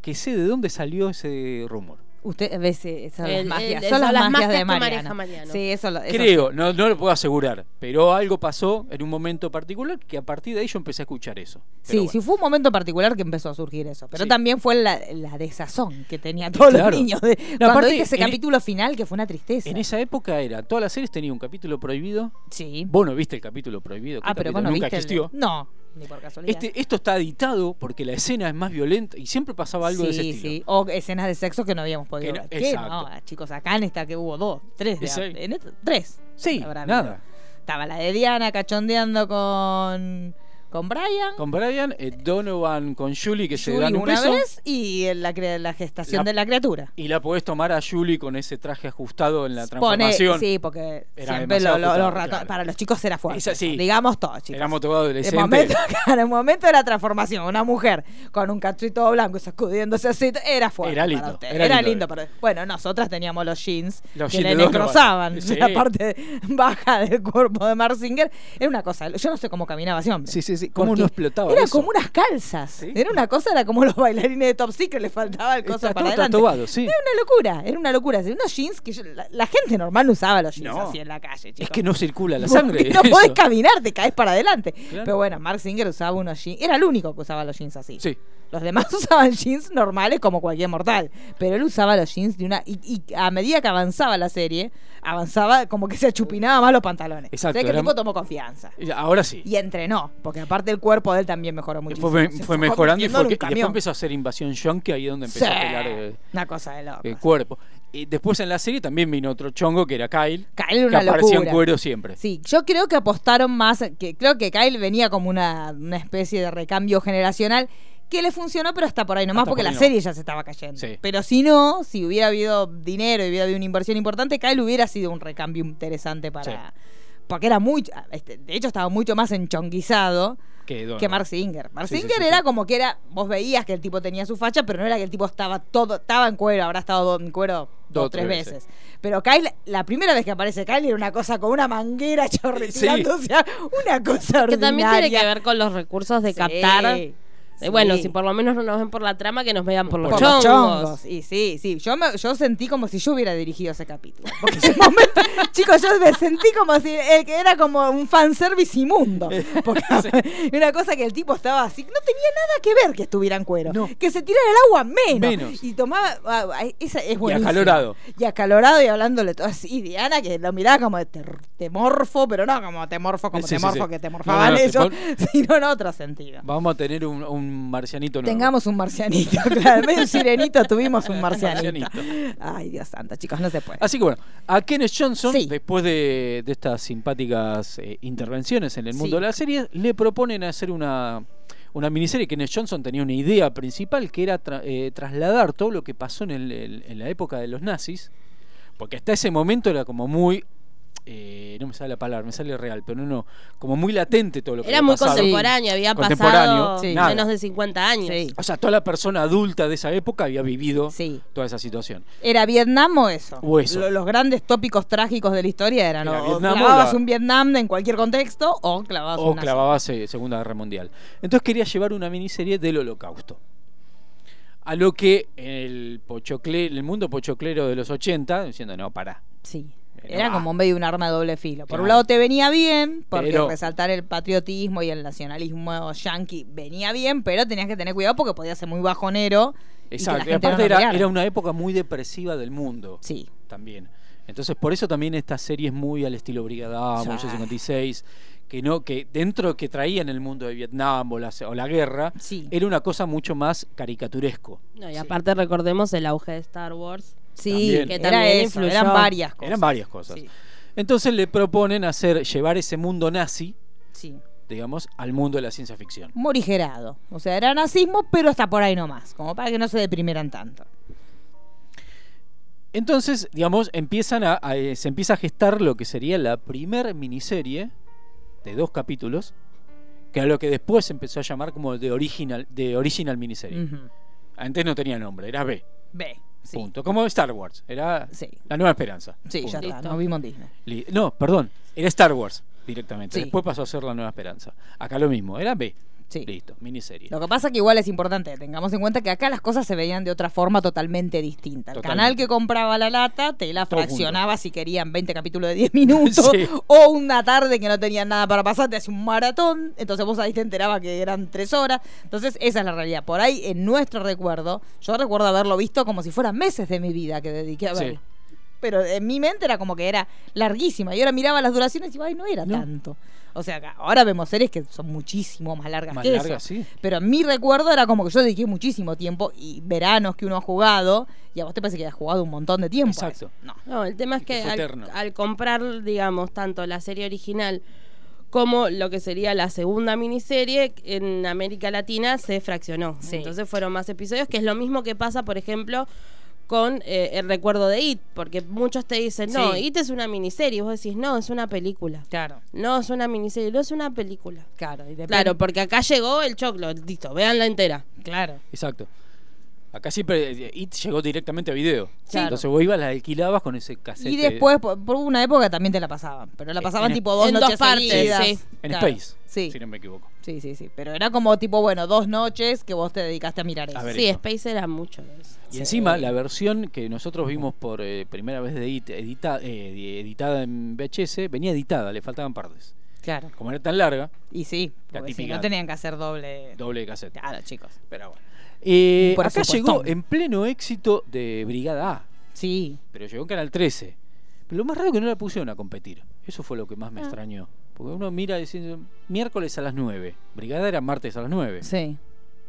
S4: que sé de dónde salió ese rumor.
S5: Usted ve ese- esas son las
S6: El-
S5: magias,
S6: el-
S5: son
S6: eso,
S5: las, magias de
S6: las magias que maneja
S5: Mariana.
S6: Mariano.
S5: Sí, eso lo, eso
S4: Creo, no, no lo puedo asegurar, pero algo pasó en un momento particular que a partir de ahí yo empecé a escuchar eso.
S5: Sí,
S4: Pero bueno.
S5: sí, fue un momento particular que empezó a surgir eso. Pero
S4: Sí.
S5: también fue la, la desazón que tenía todos
S4: Claro.
S5: los niños. De, cuando
S4: aparte,
S5: vi ese
S4: en e-
S5: capítulo final, que fue una tristeza.
S4: En esa época era, todas las series tenían un capítulo prohibido.
S5: Sí.
S4: Vos no viste el capítulo prohibido, que
S5: Ah,
S4: el
S5: pero
S4: capítulo
S5: bueno,
S4: nunca
S5: ¿viste el-
S4: existió.
S5: No, ni por casualidad.
S4: Este, esto está editado porque la escena es más violenta y siempre pasaba algo
S5: sí,
S4: de ese estilo.
S5: sí. O escenas de sexo que no habíamos podido
S4: Que no-
S5: ver. ¿Qué?
S4: exacto.
S5: No, ah, chicos, acá en esta que hubo dos, tres. de-
S4: Sí.
S5: en esta- tres.
S4: Sí,
S5: Habrá habido.
S4: nada.
S5: Estaba la de Diana cachondeando con, con Brian.
S4: Con Brian, eh, Donovan con Julie que se
S5: Yuri
S4: dan un
S5: una
S4: beso.
S5: vez y la, cre- la gestación
S4: La-
S5: de la criatura.
S4: Y la podés tomar a Julie con ese traje ajustado en la
S5: Pone-
S4: transformación.
S5: sí, porque
S4: Era
S5: siempre
S4: demasiado
S5: lo- lo-
S4: ajustado,
S5: los rato-
S4: claro.
S5: para los chicos era fuerte.
S4: Esa sí.
S5: Digamos todo, chicos.
S4: Éramos todos
S5: el
S4: adolescentes.
S5: momento, (laughs) claro, el momento de la transformación, una mujer con un cachito blanco y sacudiéndose así, era fuerte.
S4: Era lindo,
S5: para usted.
S4: era
S5: Era,
S4: lindo,
S5: lindo.
S4: era.
S5: para- bueno, nosotras teníamos los jeans
S4: Los
S5: que
S4: jeans
S5: le
S4: de Donovan.
S5: destrozaban
S4: Sí.
S5: la parte (laughs) baja del cuerpo de Marzinger. Era una cosa, yo no sé cómo caminaba ese hombre.
S4: Sí, sí, sí. ¿Cómo
S5: Porque
S4: no explotaba
S5: Era
S4: eso?
S5: como unas calzas.
S4: Sí.
S5: Era una cosa, era como los bailarines de Top Secret, le faltaba el coso
S4: Está
S5: para
S4: todo
S5: adelante.
S4: tatuado, sí.
S5: Era una locura, era una locura. Era Unos jeans que yo- la, la gente normal no usaba los jeans
S4: No.
S5: así en la calle, chicos.
S4: Es que no circula la
S5: Porque
S4: sangre.
S5: (laughs) No
S4: eso.
S5: podés caminar, te caes para adelante.
S4: Claro.
S5: Pero bueno, Mark Singer usaba unos jeans. Era el único que usaba los jeans así.
S4: Sí.
S5: Los demás (laughs) usaban jeans normales como cualquier mortal. Pero él usaba los jeans de una. Y, y a medida que avanzaba la serie, avanzaba como que se achupinaba más los pantalones.
S4: Exacto,
S5: O sea que
S4: era-
S5: el tipo tomó confianza.
S4: Ahora sí.
S5: Y entrenó, porque aparte el cuerpo de él también mejoró muchísimo.
S4: Fue, me-
S5: Se
S4: fue mejorando y,
S5: convirtiendo
S4: fue
S5: en
S4: que-
S5: un
S4: y después
S5: camión.
S4: empezó a hacer invasión yankee ahí es donde empezó a
S5: Sí,
S4: pegar eh,
S5: Una cosa de loco.
S4: el cuerpo. Y después en la serie también vino otro chongo que era Kyle,
S5: Kyle
S4: que
S5: una
S4: aparecía
S5: locura.
S4: en cuero siempre.
S5: Sí, yo creo que apostaron más, que creo que Kyle venía como una, una especie de recambio generacional que le funcionó, pero hasta por ahí nomás,
S4: Hasta
S5: porque
S4: por
S5: la
S4: ahí nomás.
S5: serie ya se estaba cayendo.
S4: Sí.
S5: Pero si no, si hubiera habido dinero y hubiera habido una inversión importante, Kyle hubiera sido un recambio interesante para. Porque era muy. este, de hecho, estaba mucho más enchonguizado
S4: Que,
S5: que Mark Singer. Mark
S4: Sí, sí,
S5: Singer
S4: sí,
S5: era
S4: sí.
S5: como que era. Vos veías que el tipo tenía su facha, pero no era que el tipo estaba todo. Estaba en cuero, habrá estado en cuero dos o tres veces. Pero Kyle, la primera vez que aparece Kyle era una cosa con una manguera chorreando, o sea, (laughs) una cosa
S6: Que también tiene
S5: ordinaria.
S6: que ver con los recursos de
S5: Sí,
S6: captar. Eh, Bueno,
S5: sí.
S6: si por lo menos no nos ven por la trama, que nos vean por los
S5: Por los
S6: chongos.
S5: chongos. Y sí, sí. Yo, me- yo sentí como si yo hubiera dirigido ese capítulo. Porque en un
S4: (laughs)
S5: momento, chicos, yo me sentí como si el que era como un fanservice
S4: (laughs)
S5: inmundo. Porque una cosa que el tipo estaba así. No tenía nada que ver que estuviera en cuero.
S4: No.
S5: Que se tirara el agua menos.
S4: Menos.
S5: Y tomaba. ah, ah, esa es
S4: Y
S5: buenísima.
S4: acalorado.
S5: Y acalorado y hablándole todo así. Y Diana que lo miraba como de ter- te morfo, pero no como te morfo, como
S4: Sí,
S5: te
S4: sí,
S5: morfo
S4: sí.
S5: que te
S4: No, no,
S5: morfaban
S4: no, te
S5: ellos,
S4: pon-
S5: (laughs) sino en otro sentido.
S4: Vamos a tener un, un marcianito nuevo.
S5: Tengamos un marcianito, (laughs) claro. En vez de un sirenito
S4: (laughs)
S5: tuvimos un marcianito.
S4: Marcianito.
S5: Ay, Dios santo, chicos, no se puede.
S4: Así que bueno, a Kenneth Johnson,
S5: Sí.
S4: después de, de estas simpáticas eh, intervenciones en el mundo
S5: Sí.
S4: de la serie, le proponen hacer una, una miniserie. Kenneth Johnson tenía una idea principal que era tra- eh, trasladar todo lo que pasó en, el- el- en la época de los nazis, porque hasta ese momento era como muy. eh, no me sale la palabra, me sale real, pero no, no. Como muy latente todo lo que
S6: Era
S4: había
S6: muy
S4: pasado.
S6: contemporáneo, había
S4: Contemporáneo,
S6: pasado
S5: sí.
S6: menos
S4: nada.
S6: de 50 años.
S5: Sí.
S4: O sea, toda la persona adulta de esa época había vivido
S5: Sí.
S4: toda esa situación.
S5: ¿Era Vietnam o eso?
S4: O eso.
S5: Lo- los grandes tópicos trágicos de la historia eran
S4: Era
S5: o
S4: Vietnam o
S5: clavabas
S4: la-
S5: un Vietnam en cualquier contexto o clavabas
S4: O
S5: un nazi.
S4: clavaba se- Segunda Guerra Mundial. Entonces quería llevar una miniserie del Holocausto. A lo que el, pochocle, el mundo pochoclero de los 80, diciendo, no, pará.
S5: Sí.
S4: Pero
S5: Era
S4: va.
S5: como medio un arma de doble filo. Por un
S4: Claro.
S5: lado te venía bien, porque
S4: Pero-
S5: resaltar el patriotismo y el nacionalismo yanqui venía bien, pero tenías que tener cuidado porque podía ser muy bajonero. y que la
S4: Exacto. Y,
S5: gente no
S4: aparte
S5: lo
S4: era,
S5: mirara.
S4: era una época muy depresiva del mundo
S5: Sí.
S4: también. Entonces, por eso también esta serie es muy al estilo Brigada
S5: Sí.
S4: 856, que no, que dentro que traía en el mundo de Vietnam o la, o la guerra,
S5: Sí.
S4: era una cosa mucho más caricaturesco.
S6: No, y aparte recordemos el auge de Star Wars.
S5: Sí,
S4: También.
S5: que
S6: Que
S5: era
S6: también
S5: eso,
S6: influyó.
S5: eran varias cosas.
S4: Eran varias cosas.
S5: Sí,
S4: Entonces le proponen hacer, llevar ese mundo nazi,
S5: sí.
S4: digamos, al mundo de la ciencia ficción.
S5: morigerado. O sea, era nazismo, pero hasta por ahí nomás, como para que no se deprimieran tanto.
S4: Entonces, digamos, empiezan a, a, eh, se empieza a gestar lo que sería la primer miniserie de dos capítulos, que a lo que después se empezó a llamar como de original, de original miniserie.
S5: Ujú.
S4: Antes no tenía nombre, era B.
S5: Ve, sí.
S4: Punto. Como Star Wars, era
S5: Sí,
S4: La Nueva Esperanza.
S5: sí, ya
S4: punto.
S5: está, nos vimos en Disney.
S4: Li- No, perdón, era Star Wars directamente.
S5: Sí.
S4: Después pasó a ser La Nueva Esperanza. Acá lo mismo, era B.
S5: Sí.
S4: Listo, miniserie.
S5: Lo que pasa que igual es importante, que tengamos en cuenta que acá las cosas se veían de otra forma totalmente distinta. El
S4: Totalmente.
S5: canal que compraba la lata te la
S4: Todo junto.
S5: fraccionaba si querían 20 capítulos de 10 minutos
S4: (laughs) Sí.
S5: o una tarde que no tenían nada para pasar, te hacía un maratón, entonces vos ahí te enterabas que eran 3 horas. Entonces esa es la realidad. Por ahí en nuestro recuerdo, yo recuerdo haberlo visto como si fueran meses de mi vida que dediqué a
S4: Sí.
S5: verlo. Pero en mi mente era como que era larguísima y ahora miraba las duraciones y digo, ay, no era
S4: No.
S5: tanto. O sea, acá- ahora vemos series que son muchísimo más largas
S4: Más
S5: que
S4: larga,
S5: eso.
S4: sí.
S5: Pero en mi recuerdo era como que yo dediqué muchísimo tiempo y veranos que uno ha jugado y a vos te parece que has jugado un montón de tiempo. a eso.
S4: Exacto.
S5: No.
S6: No, el tema es
S4: que
S6: que
S4: fue
S6: al,
S4: eterno.
S6: al comprar, digamos, tanto la serie original como lo que sería la segunda miniserie, en América Latina se fraccionó.
S5: Sí.
S6: Entonces fueron más episodios, que es lo mismo que pasa, por ejemplo, con eh, el recuerdo de It, porque muchos te dicen, no,
S5: Sí.
S6: It es una miniserie, y vos decís, no, es una película.
S5: Claro,
S6: No, es una miniserie, no es una película.
S5: claro. y depende-
S6: Claro, porque acá llegó el choclo, listo, véanla entera.
S5: claro.
S4: Exacto. Acá siempre eh, IT llegó directamente a video.
S5: Sí.
S4: Entonces vos ibas, la alquilabas con ese cassette.
S5: Y después, por, por una época también te la pasaban, pero la pasaban
S4: en-
S5: tipo dos
S6: en dos
S5: noches
S6: partes,
S5: seguidas.
S6: sí.
S4: En
S5: Claro,
S4: Space,
S5: Sí.
S4: si no me equivoco.
S5: Sí, sí, sí. Pero era como tipo, bueno, dos noches que vos te dedicaste a mirar eso.
S4: A ver.
S6: Sí,
S4: esto.
S6: Space era mucho. de eso.
S4: Y encima, la versión que nosotros vimos por eh, primera vez de IT, edita- eh, editada en VHS, venía editada, le faltaban partes.
S5: Claro.
S4: Como era tan larga,
S5: Y sí,
S4: La
S5: porque si
S4: típica.
S5: no tenían que hacer doble.
S4: doble de cassette.
S5: Claro, chicos.
S4: Pero bueno. Eh,
S5: Por
S4: acá
S5: supuesto.
S4: llegó en pleno éxito de Brigada A,
S5: Sí.
S4: pero llegó en Canal 13. Pero lo más raro es que no la pusieron a competir. Eso fue lo que más me
S5: Ah.
S4: extrañó. Porque uno mira diciendo miércoles a las 9. Brigada era martes a las 9.
S5: Sí.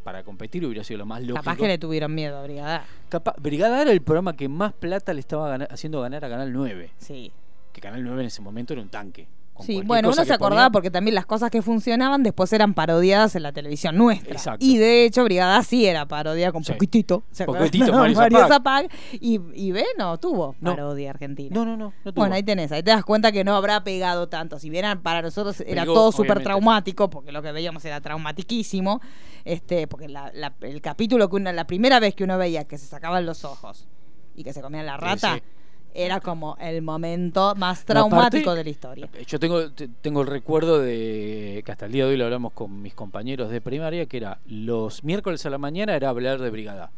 S4: Para competir hubiera sido lo más lógico.
S5: Capaz que le tuvieron miedo a Brigada.
S4: Capa- Brigada era el programa que más plata le estaba gana- haciendo ganar a Canal 9.
S5: Sí.
S4: Que Canal 9 en ese momento era un tanque. con
S5: Sí,
S4: cualquier
S5: bueno,
S4: cosa
S5: uno se
S4: que ponía.
S5: acordaba porque también las cosas que funcionaban después eran parodiadas en la televisión nuestra.
S4: Exacto.
S5: Y de hecho, Brigada sí era parodia con
S4: Sí.
S5: Poquitito. ¿se acuerdan?
S4: Poquitito, Mario
S5: (laughs)
S4: Zapag.
S5: Zapag. Y, y B no tuvo
S4: No.
S5: parodia argentina.
S4: No, no, no. no tuvo.
S5: Bueno, ahí tenés, ahí te das cuenta que no habrá pegado tanto. Si bien para nosotros era
S4: Pegó,
S5: todo súper
S4: obviamente.
S5: traumático, porque lo que veíamos era traumatiquísimo, este, porque la- la- el capítulo que uno, la primera vez que uno veía que se sacaban los ojos y que se comían la
S4: Sí,
S5: rata,
S4: sí.
S5: era como el momento más
S4: No, aparte-
S5: traumático de la historia.
S4: Eh, Yo tengo, te- tengo el recuerdo de que hasta el día de hoy lo hablamos con mis compañeros de primaria, que era los miércoles a la mañana era hablar de Brigada.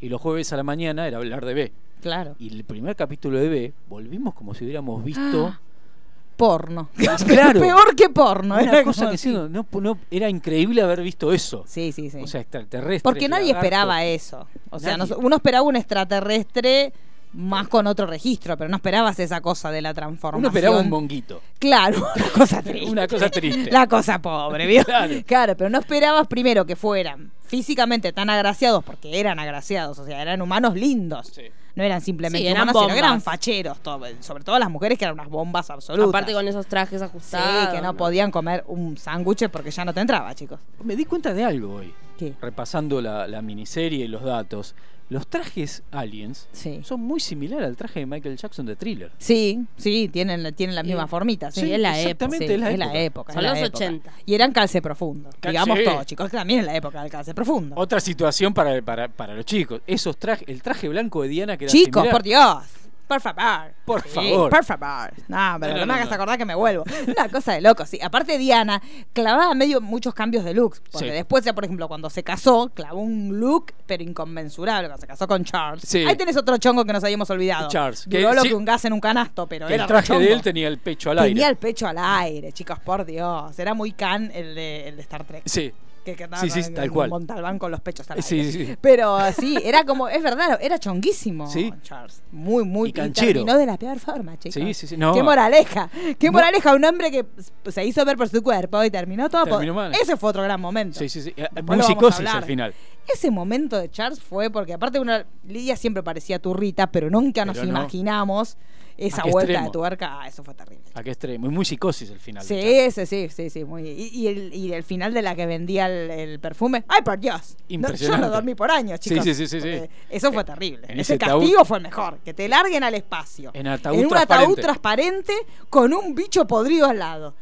S4: Y los jueves a la mañana era hablar de B.
S5: Claro.
S4: Y el primer capítulo de B, volvimos como si hubiéramos
S5: Ah,
S4: visto (laughs)
S5: Porno.
S4: claro.
S5: Peor que
S4: (laughs)
S5: porno.
S4: una
S5: era
S4: cosa
S5: como
S4: que
S5: así.
S4: sí, no, no- no- era increíble haber visto eso.
S5: Sí, sí, sí.
S4: O sea, extraterrestre.
S5: Porque nadie esperaba
S4: eso.
S5: eso. O sea,
S4: Nadie.
S5: nos- uno esperaba un extraterrestre más con otro registro, pero no esperabas esa cosa de la transformación.
S4: Uno esperaba un monguito.
S5: Claro, una cosa
S4: (laughs)
S5: triste.
S4: Una cosa triste.
S5: La cosa pobre, ¿vio?
S4: Claro.
S5: Claro. pero no esperabas primero que fueran físicamente tan agraciados, porque eran agraciados, o sea, eran humanos lindos.
S4: Sí.
S5: No eran simplemente
S6: Sí, eran
S5: humanos, sino
S6: bombas.
S5: que eran facheros, todo- sobre todo las mujeres que eran unas bombas absolutas.
S6: Aparte con esos trajes
S5: Sí,
S6: ajustados.
S5: que no podían comer un sándwich porque ya no te entraba, chicos.
S4: Me di cuenta de algo hoy,
S5: ¿Qué?
S4: repasando la, la miniserie y los datos. Los trajes aliens
S5: Sí.
S4: son muy similares al traje de Michael Jackson de Thriller.
S5: Sí, sí, tienen, la- tienen la
S6: Sí.
S5: misma formita. Sí,
S4: Eh, Sí,
S5: es la
S4: exactamente,
S5: época. sí,
S4: es la
S5: es la
S4: época.
S5: época, es
S6: Son
S5: la
S6: los
S5: época.
S6: 80.
S5: Y eran calce profundo.
S4: Cal-
S5: digamos
S4: sí.
S5: todo, chicos. que También es la época del calce profundo.
S4: Otra situación para, para, para los chicos. Esos trajes, el traje blanco de Diana que era
S5: Chicos,
S4: similar.
S5: por Dios. Por favor.
S4: Por
S5: Sí,
S4: favor.
S5: Por favor. No, pero
S4: No, no,
S5: no, me
S4: no,
S5: hagas
S4: no.
S5: acordar que me vuelvo. Una cosa de loco, sí. Aparte Diana clavaba medio muchos cambios de looks. Porque
S4: Sí.
S5: después, ya por ejemplo, cuando se casó, clavó un look, pero inconmensurable, cuando se casó con Charles.
S4: Sí.
S5: Ahí tenés otro chongo que nos habíamos olvidado.
S4: Charles, que
S5: Duró lo
S4: sí-
S5: que un gas en un canasto, pero
S4: Que
S5: era
S4: el traje de
S5: rechongo.
S4: él tenía el pecho al aire.
S5: Tenía el pecho al aire, chicos, por Dios. Era muy can el de, el de Star Trek.
S4: Sí,
S5: Que, que andaba
S4: Sí, sí,
S5: con-
S4: tal
S5: con
S4: cual.
S5: Montalbán con los pechos al aire.
S4: sí, sí.
S5: Pero sí, era como, es verdad, era chonguísimo
S4: Sí.
S5: Charles. Muy, muy
S4: Y canchero.
S5: Y no de la peor forma, chicos.
S4: Sí, sí, sí, no.
S5: Qué moraleja. Qué
S4: No.
S5: moraleja. Un hombre que se hizo ver por su cuerpo y terminó todo. por-
S4: Terminó mal.
S5: Ese fue otro gran momento.
S4: Sí, sí, sí. Eh,
S5: Después
S4: Muy
S5: lo vamos a
S4: psicosis
S5: hablar.
S4: al final.
S5: Ese momento de Charles fue porque, aparte, una, Lidia siempre parecía turrita, pero nunca nos
S4: Pero no.
S5: imaginamos esa
S4: ¿A qué
S5: vuelta
S4: extremo?
S5: de tuerca. Ah, eso fue terrible.
S4: ¿A qué extremo? Y Muy psicosis al final. del traje.
S5: Sí, sí, sí, sí, sí, muy bien. Y, y el, y el final de la que vendía el, el perfume. ¡Ay, por Dios! No, yo
S4: Impresionante.
S5: no dormí por años,
S4: Sí,
S5: chicos.
S4: sí, sí, sí, sí.
S5: Porque Eso fue
S4: Eh,
S5: terrible.
S4: en
S5: ese
S4: ese ataúd-
S5: castigo fue el mejor. Que te larguen al espacio.
S4: En ataúd
S5: un ataúd
S4: transparente.
S5: transparente con un bicho podrido al lado.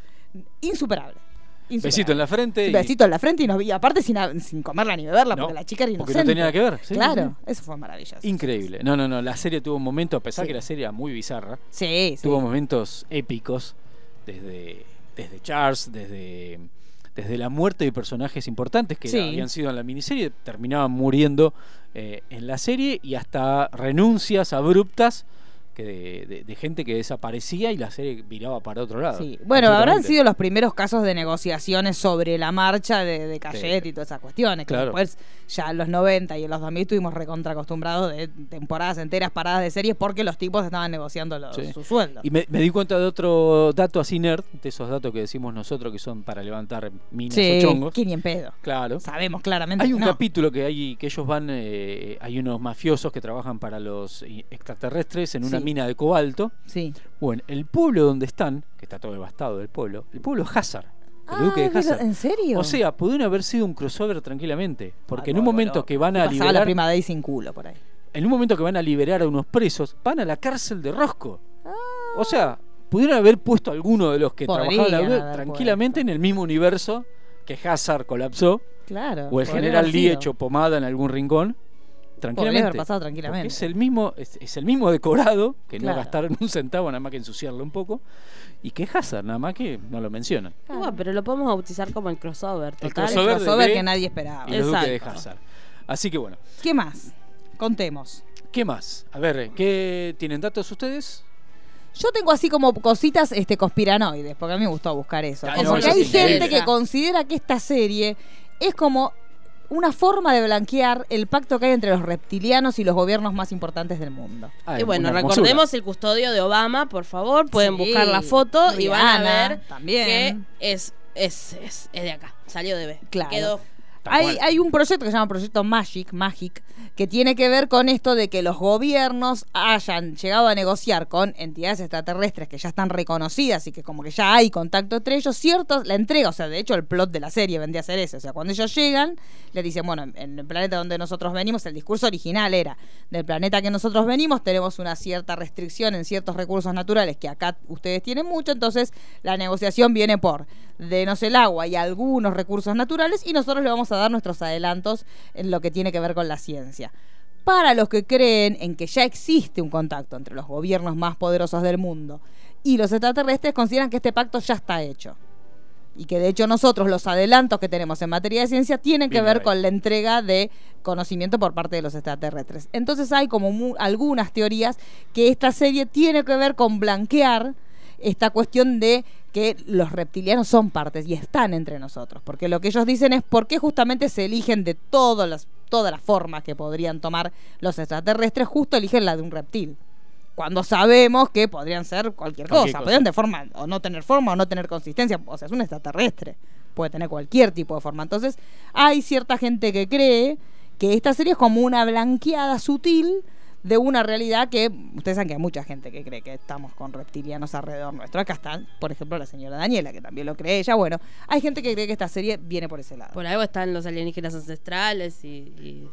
S5: Insuperable. Insuperable.
S4: Besito en la frente. y-
S5: Besito en la frente y, nos, y aparte sin, a- sin comerla ni beberla,
S4: No,
S5: porque la chica era
S4: porque
S5: inocente.
S4: no tenía nada que ver, sí,
S5: claro, eso fue maravilloso.
S4: Increíble. No, no, no. La serie tuvo un momento, a pesar
S5: Sí.
S4: que la serie era muy bizarra,
S5: Sí, sí.
S4: tuvo momentos épicos desde, desde Charles, desde, desde la muerte de personajes importantes que
S5: Sí.
S4: habían sido en la miniserie, terminaban muriendo eh, en la serie y hasta renuncias abruptas que de, de- de gente que desaparecía y la serie viraba para otro lado.
S5: Sí. Bueno, habrán
S4: Absolutamente.
S5: sido los primeros casos de negociaciones sobre la marcha de, de Cayet
S4: Sí.
S5: y todas esas cuestiones. Que
S4: Claro.
S5: Después, ya en los 90 y en los 2000 estuvimos recontra acostumbrados de temporadas enteras paradas de series porque los tipos estaban negociando los,
S4: Sí.
S5: su sueldo.
S4: Y me, me di cuenta de otro dato así nerd, de esos datos que decimos nosotros que son para levantar minas
S5: sí,
S4: o chongos.
S5: que ni en pedo.
S4: Claro.
S5: Sabemos claramente.
S4: Hay
S5: que
S4: un
S5: no.
S4: capítulo que hay que ellos van, eh, hay unos mafiosos que trabajan para los i- extraterrestres en una
S5: Sí.
S4: mina de cobalto.
S5: Sí.
S4: Bueno, el pueblo donde están, que está todo devastado el pueblo, el pueblo es Hazard, el
S5: Ah,
S4: duque de
S5: mira,
S4: Hazard.
S5: ¿En serio?
S4: O sea, pudieron haber sido un crossover tranquilamente, porque
S5: Ah,
S4: en un
S5: no,
S4: momento
S5: no.
S4: que van a
S5: Pasaba la
S4: liberar,
S5: prima de ahí sin culo por ahí.
S4: en un momento que van a liberar a unos presos, van a la cárcel de Rosco.
S5: Ah.
S4: O sea, pudieron haber puesto a alguno de los que
S5: Podrían
S4: trabajaban la-
S5: haber
S4: tranquilamente en el mismo universo que Hazard colapsó.
S5: Claro.
S4: O el
S5: podría
S4: general
S5: haber
S4: Lee
S5: sido.
S4: hecho pomada en algún rincón.
S5: Podría
S4: Tranquilamente.
S5: haber pasado
S4: Porque
S5: tranquilamente.
S4: es el mismo, es, es el mismo decorado, que
S5: Claro.
S4: no gastaron un centavo nada más que ensuciarlo un poco. Y que es Hazard, nada más que no lo mencionan.
S5: Claro.
S6: Ah, Bueno, pero lo podemos bautizar como el crossover, total.
S5: El
S4: crossover de
S5: crossover
S4: B
S5: que nadie esperaba.
S4: Y los duques de
S6: Exacto.
S4: Hazard. Así que bueno,
S5: ¿Qué más? Contemos.
S4: ¿qué más? A ver, ¿qué tienen datos ustedes?
S5: Yo tengo así como cositas este, conspiranoides, porque a mí me gustó buscar eso.
S4: Ah,
S5: Como
S4: no,
S5: que
S4: eso
S5: hay
S4: sí me
S5: gente
S6: interesa.
S5: que considera que esta serie es como una forma de blanquear el pacto que hay entre los reptilianos y los gobiernos más importantes del mundo.
S4: Ah,
S6: Y bueno,
S4: una hermosura.
S6: recordemos el custodio de Obama, por favor. Pueden
S5: Sí,
S6: buscar la foto y van a
S5: Rihanna
S6: ver
S5: también.
S6: que es, es, es, es de acá. Salió de B.
S5: Claro.
S6: Quedó
S5: Hay, hay un proyecto que se llama Proyecto Magic, Magic, que tiene que ver con esto de que los gobiernos hayan llegado a negociar con entidades extraterrestres que ya están reconocidas y que como que ya hay contacto entre ellos, ciertos, la entrega, o sea, de hecho el plot de la serie vendría a ser ese, o sea, cuando ellos llegan, le dicen, bueno, en- en el planeta donde nosotros venimos, el discurso original era, del planeta que nosotros venimos tenemos una cierta restricción en ciertos recursos naturales que acá ustedes tienen mucho, entonces la negociación viene por denos el agua y algunos recursos naturales y nosotros le vamos a dar nuestros adelantos en lo que tiene que ver con la ciencia. Para los que creen en que ya existe un contacto entre los gobiernos más poderosos del mundo y los extraterrestres, consideran que este pacto ya está hecho. Y que de hecho nosotros los adelantos que tenemos en materia de ciencia tienen que
S4: Viene
S5: ver
S4: de ahí.
S5: con la entrega de conocimiento por parte de los extraterrestres. Entonces hay como mu- algunas teorías que esta serie tiene que ver con blanquear esta cuestión de que los reptilianos son partes y están entre nosotros. Porque lo que ellos dicen es por qué justamente se eligen de todas las, todas las formas que podrían tomar los extraterrestres, justo eligen la de un reptil. Cuando sabemos que podrían ser cualquier cosa,
S4: Cualquier cosa.
S5: podrían de forma o no tener forma o no tener consistencia, o sea, es un extraterrestre, puede tener cualquier tipo de forma. Entonces, hay cierta gente que cree que esta serie es como una blanqueada sutil de una realidad que ustedes saben que hay mucha gente que cree que estamos con reptilianos alrededor nuestro. Acá están, por ejemplo, la señora Daniela, que también lo cree ella. Bueno, hay gente que cree que esta serie viene por ese lado.
S6: Por algo están los alienígenas ancestrales y. y-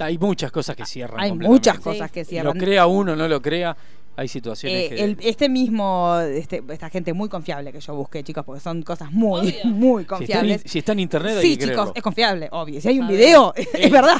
S4: Hay muchas cosas que cierran.
S5: hay
S4: completamente.
S5: muchas cosas que
S4: Lo
S5: cierran.
S4: crea uno, no lo crea. Hay situaciones
S5: Eh,
S4: que.
S5: el- este mismo, este- esta gente muy confiable que yo busqué, chicos, porque son cosas muy, (laughs)
S4: si,
S5: muy
S4: está en,
S5: confiables.
S4: si está en internet, hay
S5: Sí,
S4: que
S5: chicos,
S4: creerlo.
S5: es confiable, obvio. Si hay un
S6: A ver.
S5: video, (laughs)
S4: (laughs)
S5: es verdad,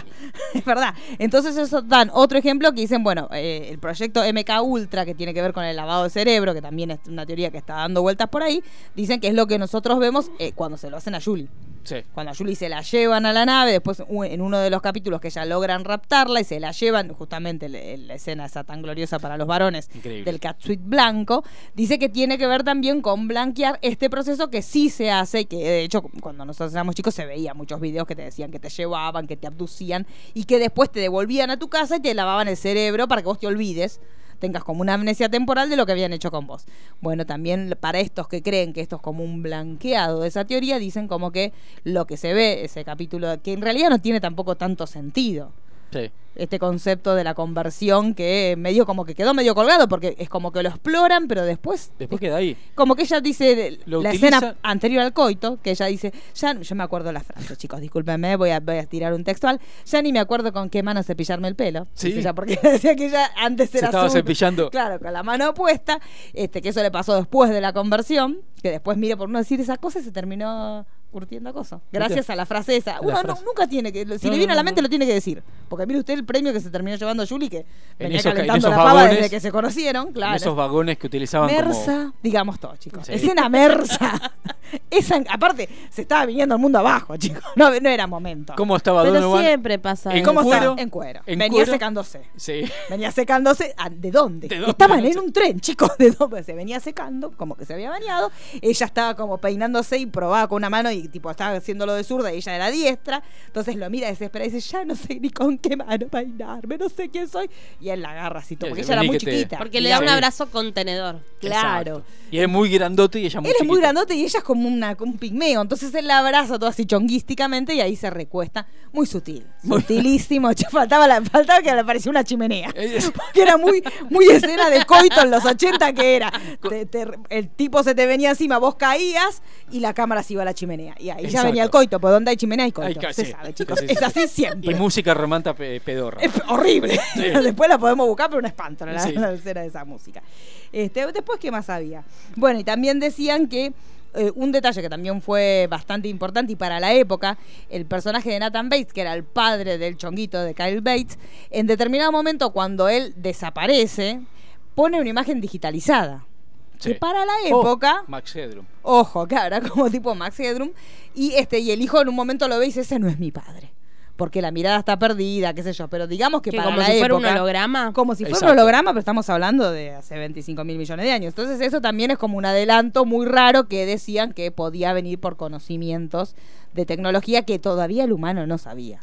S5: es verdad. Entonces eso dan otro ejemplo que dicen, bueno, eh, el proyecto MK Ultra, que tiene que ver con el lavado de cerebro, que también es una teoría que está dando vueltas por ahí, dicen que es lo que nosotros vemos eh, cuando se lo hacen a Julie.
S4: Sí.
S5: Cuando a Julie se la llevan a la nave, después u- en uno de los capítulos que ya logran raptarla y se la llevan, justamente la, la escena esa tan gloriosa para los varones
S4: Increíble.
S5: del catsuit blanco, dice que tiene que ver también con blanquear este proceso que sí se hace, y que de hecho cuando nosotros éramos chicos se veía muchos videos que te decían que te llevaban, que te abducían y que después te devolvían a tu casa y te lavaban el cerebro para que vos te olvides tengas como una amnesia temporal de lo que habían hecho con vos. Bueno, también para estos que creen que esto es como un blanqueado de esa teoría, dicen como que lo que se ve, ese capítulo, que en realidad no tiene tampoco tanto sentido.
S4: sí.
S5: Este concepto de la conversión que medio como que quedó medio colgado, porque es como que lo exploran, pero después.
S4: Después
S5: es
S4: queda ahí.
S5: Como que ella dice, de-
S4: Lo
S5: la
S4: utiliza-
S5: escena anterior al coito, que ella dice, ya, yo me acuerdo la frase, chicos, discúlpenme, voy a, voy a tirar un textual, ya ni me acuerdo con qué mano cepillarme el pelo.
S4: Sí.
S5: Dice ella, porque (laughs) decía que ella antes
S4: Se
S5: era
S4: estaba
S5: zurda.
S4: cepillando.
S5: Claro, con la mano opuesta, este, que eso le pasó después de la conversión, que después mira por no decir esa cosa y se terminó curtiendo acoso. Gracias a la frase esa. Uno no-
S4: frase.
S5: nunca tiene que, si
S4: No,
S5: le
S4: no,
S5: viene a la
S4: no,
S5: mente
S4: no.
S5: lo tiene que decir. Porque mire usted el premio que se terminó llevando Julie, que venía
S4: esos ca- en
S5: calentando la
S4: esos
S5: pava
S4: vagones-
S5: desde que se conocieron, claro.
S4: Esos vagones que utilizaban
S5: Mersa,
S4: como.
S5: digamos todo, chicos.
S4: Sí.
S5: Escena mersa. (laughs) Esa, aparte, se estaba viniendo el mundo abajo, chicos. No, no era momento.
S4: ¿Cómo estaba
S6: Pero
S4: Donovan?
S6: siempre pasa.
S4: ¿En
S6: eso.
S5: ¿Cómo
S4: cuero?
S5: está? En cuero.
S4: ¿En
S5: Venía
S4: cuero?
S5: secándose.
S4: Sí.
S5: Venía secándose. ah, ¿De dónde?
S4: ¿De dónde?
S5: Estaban
S4: No
S5: en
S4: sé.
S5: un tren, chicos. ¿De dónde? Se venía secando, como que se había bañado. Ella estaba como peinándose y probaba con una mano y tipo estaba haciéndolo de zurda y ella era diestra. Entonces lo mira desesperada y dice, ya no sé ni con qué mano peinarme, no sé quién soy. Y él la agarra así, todo,
S4: Sí,
S5: porque
S4: sí,
S5: ella era
S4: vení
S5: muy
S4: que te-
S5: chiquita.
S6: Porque le da un
S4: Sí.
S6: abrazo contenedor.
S5: Claro.
S4: Exacto. Y es muy grandote y ella muy
S5: Él es muy
S4: chiquita.
S5: grandote y ella es como una, como un pigmeo. Entonces él la abraza todo así chonguísticamente y ahí se recuesta. Muy
S4: (laughs)
S5: sutil. Sutilísimo. Che, faltaba, la, faltaba que le apareciera una chimenea.
S4: Es-
S5: (laughs) Porque era muy, muy escena de coito en los 80 que era. Te- te- el tipo se te venía encima, vos caías y la cámara se iba a la chimenea. Y ahí ya
S4: Exacto.
S5: venía el coito, porque donde hay chimenea hay coito.
S4: Ay, ca-
S5: se
S4: sí.
S5: sabe, chicos.
S4: Sí, sí,
S5: es
S4: sí.
S5: así siempre.
S4: Y música romanta pe- pedorra.
S5: Es horrible.
S4: Sí.
S5: (laughs) después la podemos buscar, pero un espanto la,
S4: Sí.
S5: la escena de esa música. Este, después, ¿qué más había? Bueno, y también decían que eh, un detalle que también fue bastante importante y para la época, el personaje de Nathan Bates, que era el padre del chonguito de Kyle Bates, en determinado momento cuando él desaparece, pone una imagen digitalizada.
S4: Sí.
S5: Que para la
S4: Oh,
S5: época...
S4: Max Headroom.
S5: Ojo, claro, (laughs) como tipo Max Headroom. Y este, y el hijo en un momento lo ve y dice, ese no es mi padre. Porque la mirada está perdida, qué sé yo. Pero digamos que,
S6: Que
S5: para
S6: como
S5: la
S6: si fuera un
S5: época-
S6: holograma.
S5: Como si fuera un
S4: Exacto.
S5: holograma, pero estamos hablando de hace 25 mil millones de años. Entonces eso también es como un adelanto muy raro que decían que podía venir por conocimientos de tecnología que todavía el humano no sabía.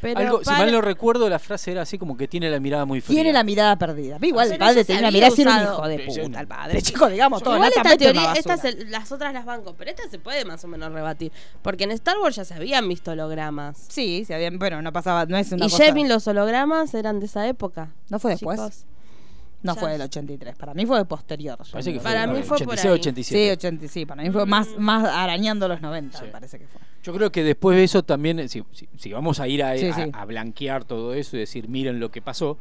S6: Pero
S4: Algo- si
S6: para-
S4: mal no recuerdo, la frase era así como que tiene la mirada muy fría.
S5: Tiene la mirada perdida. Pero Igual
S6: Pero
S5: el padre
S6: eso se
S5: tenía una
S6: había
S5: mirada, si era un
S6: usado.
S5: hijo de
S4: Sí,
S5: puta el padre, (laughs) chico, digamos todo.
S6: Igual
S5: no
S6: esta
S5: tan metido en la
S6: teoría, estas,
S5: basura.
S6: se- las otras las banco, pero esta se puede más o menos rebatir. Porque en Star Wars ya se habían visto hologramas.
S5: Sí, se habían, bueno, no pasaba, no es una
S6: y
S5: cosa.
S6: Jevin, los hologramas eran de esa época.
S5: ¿No fue después?
S6: chicos.
S5: No
S6: Ya.
S5: fue del 83, para mí fue de posterior.
S4: Parece que fue
S6: Para
S4: en
S6: mí
S4: el
S6: fue por
S4: 86,
S6: ahí.
S4: 87.
S5: Sí, 80, sí, para mí fue más,
S6: Mm.
S5: más arañando los 90,
S4: Sí.
S5: me parece que fue.
S4: Yo creo que después de eso también, eh, si, si- si vamos a ir a,
S5: Sí,
S4: a-
S5: sí.
S4: a blanquear todo eso y decir, miren lo que pasó,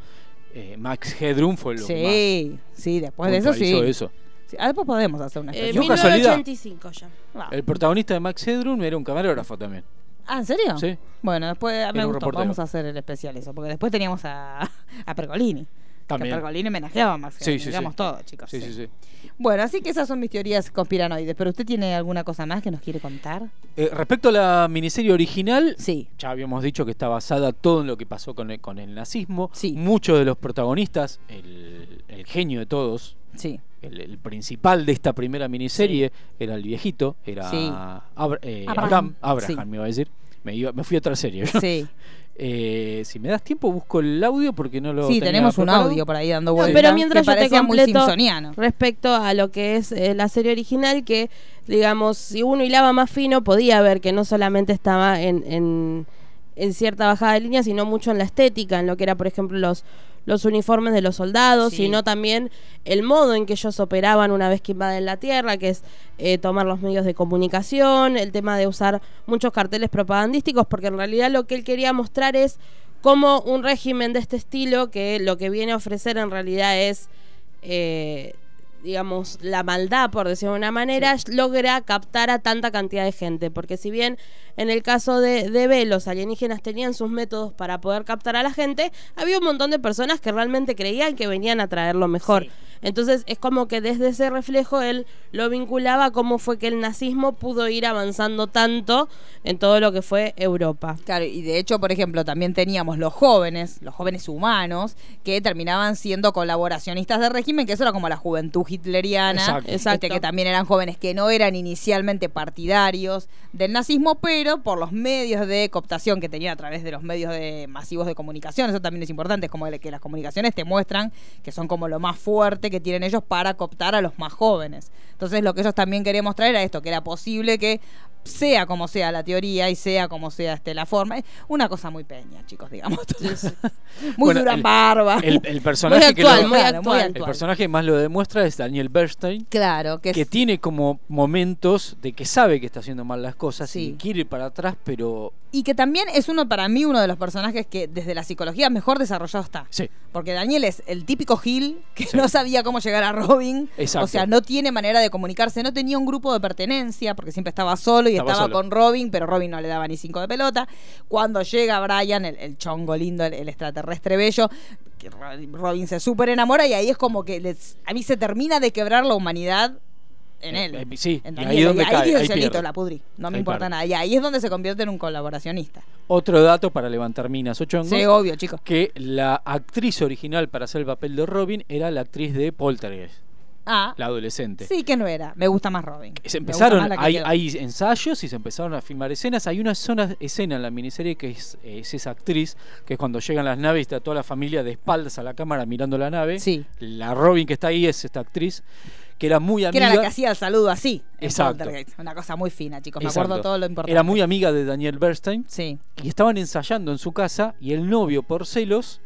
S4: eh, Max Headroom fue lo que
S5: Sí, sí,
S4: más
S5: después de eso sí.
S4: puntualizó eso.
S5: Sí, ah, después podemos hacer una
S6: Eh,
S5: especie.
S4: Yo casualidad.
S6: 1985 ya.
S5: Ah,
S4: Eh, El protagonista de Max Headroom era un camarógrafo también.
S5: Ah, ¿en serio?
S4: Sí.
S5: Bueno, después ah, me
S4: Era un
S5: gustó,
S4: reportero.
S5: vamos a hacer el especial eso, porque después teníamos a, a Pergolini. Que
S4: También.
S5: Pergolini homenajeaba a Max
S4: Sí,
S5: Headroom,
S4: sí, sí.
S5: digamos todo, chicos.
S4: Sí,
S5: sí.
S4: sí, sí.
S5: Bueno, así que esas son mis teorías conspiranoides, pero ¿usted tiene alguna cosa más que nos quiere contar?
S4: Eh, respecto a la miniserie original,
S5: Sí.
S4: ya habíamos dicho que está basada todo en lo que pasó con el, con el nazismo.
S5: Sí.
S4: Muchos de los protagonistas, el, el genio de todos, (laughs)
S5: Sí.
S4: el, el principal de esta primera miniserie era el viejito, era
S5: Sí.
S4: Abra- eh,
S5: Abraham.
S4: Abraham, Abraham,
S5: Sí.
S4: me iba a decir. Me, iba- me fui a otra serie. yo.
S5: Sí.
S4: Eh, si me das tiempo, busco el audio porque no lo.
S5: Sí,
S4: tenía
S5: tenemos un
S4: preparado.
S5: audio por ahí dando
S6: No,
S5: vueltas.
S6: pero mientras
S5: que
S6: yo te
S5: parecía muy
S6: completo-
S5: simpsoniano.
S6: Respecto a lo que es eh, la serie original, que digamos, si uno hilaba más fino, podía ver que no solamente estaba en, en, en cierta bajada de línea, sino mucho en la estética, en lo que era, por ejemplo, los los uniformes de los soldados,
S5: Sí.
S6: sino también el modo en que ellos operaban una vez que invaden la Tierra, que es eh, tomar los medios de comunicación, el tema de usar muchos carteles propagandísticos, porque en realidad lo que él quería mostrar es cómo un régimen de este estilo, que lo que viene a ofrecer en realidad es, eh, digamos, la maldad, por decirlo de una manera, logra captar a tanta cantidad de gente, porque si bien en el caso de, de B, los alienígenas tenían sus métodos para poder captar a la gente, había un montón de personas que realmente creían que venían a traer lo mejor. Entonces es como que desde ese reflejo él lo vinculaba a cómo fue que el nazismo pudo ir avanzando tanto en todo lo que fue Europa.
S5: Claro, y de hecho, por ejemplo, también teníamos los jóvenes, los jóvenes humanos, que terminaban siendo colaboracionistas del régimen, que eso era como la juventud hitleriana,
S4: Exacto.
S5: este,
S6: Exacto.
S5: que también eran jóvenes que no eran inicialmente partidarios del nazismo, pero por los medios de cooptación que tenían a través de los medios de masivos de comunicación, eso también es importante, es como el- que las comunicaciones te muestran que son como lo más fuerte que tienen ellos para cooptar a los más jóvenes. Entonces lo que ellos también querían mostrar era esto, que era posible que sea como sea la teoría y sea como sea este, la forma. Es una cosa muy peña, chicos, digamos. (laughs) muy
S4: Bueno,
S5: dura
S4: el-
S5: barba. (laughs)
S4: El, el personaje
S6: Muy
S4: que lo-
S6: actual, muy
S5: Claro,
S6: actual.
S4: el personaje que más lo demuestra es Daniel Bernstein,
S5: Claro, que,
S4: que
S5: es-
S4: tiene como momentos de que sabe que está haciendo mal las cosas y
S5: Sí.
S4: quiere ir para atrás, pero
S5: y que también es uno para mí uno de los personajes que desde la psicología mejor desarrollado está.
S4: sí,
S5: Porque Daniel es el típico Gil que no sabía cómo llegar a Robin.
S4: Exacto.
S5: O sea, no tiene manera de comunicarse, no tenía un grupo de pertenencia porque siempre estaba solo y
S4: Estaba
S5: estaba,
S4: solo.
S5: con Robin, pero Robin no le daba ni cinco de pelota. Cuando llega Brian, el, el chongo lindo, el, el extraterrestre bello, que Ro- Robin se súper enamora y ahí es como que les- a mí se termina de quebrar la humanidad en él.
S4: Eh, eh, sí,
S5: En
S4: y ahí
S5: Daniel.
S4: donde cae,
S5: dice
S4: ahí
S5: solito,
S4: pierde.
S5: la pudrí, no me
S4: Ahí
S5: importa
S4: pierde.
S5: nada. Y ahí es donde se convierte en un colaboracionista.
S4: otro dato para levantar minas o chongos,
S5: Sí, obvio, chicos.
S4: que la actriz original para hacer el papel de Robin era la actriz de Poltergeist,
S5: Ah,
S4: la adolescente.
S5: Sí, que no era. Me gusta más Robin.
S4: Este. Se
S5: Me gusta más
S4: empezaron,
S5: la que
S4: hay,
S5: quedó.
S4: hay ensayos y se empezaron a filmar escenas. Hay una zona, escena en la miniserie que es, es esa actriz, que es cuando llegan las naves y está toda la familia de espaldas a la cámara mirando la nave.
S5: Sí.
S4: La Robin que está ahí es esta actriz, que era muy
S5: Que
S4: amiga.
S5: era la que hacía el saludo así. en
S4: Exacto.
S5: Poltergeist. Una cosa muy fina, chicos. Me
S4: Exacto.
S5: acuerdo todo lo importante.
S4: Era muy amiga de Daniel Bernstein
S5: Sí.
S4: y estaban ensayando en su casa y el novio, por celos,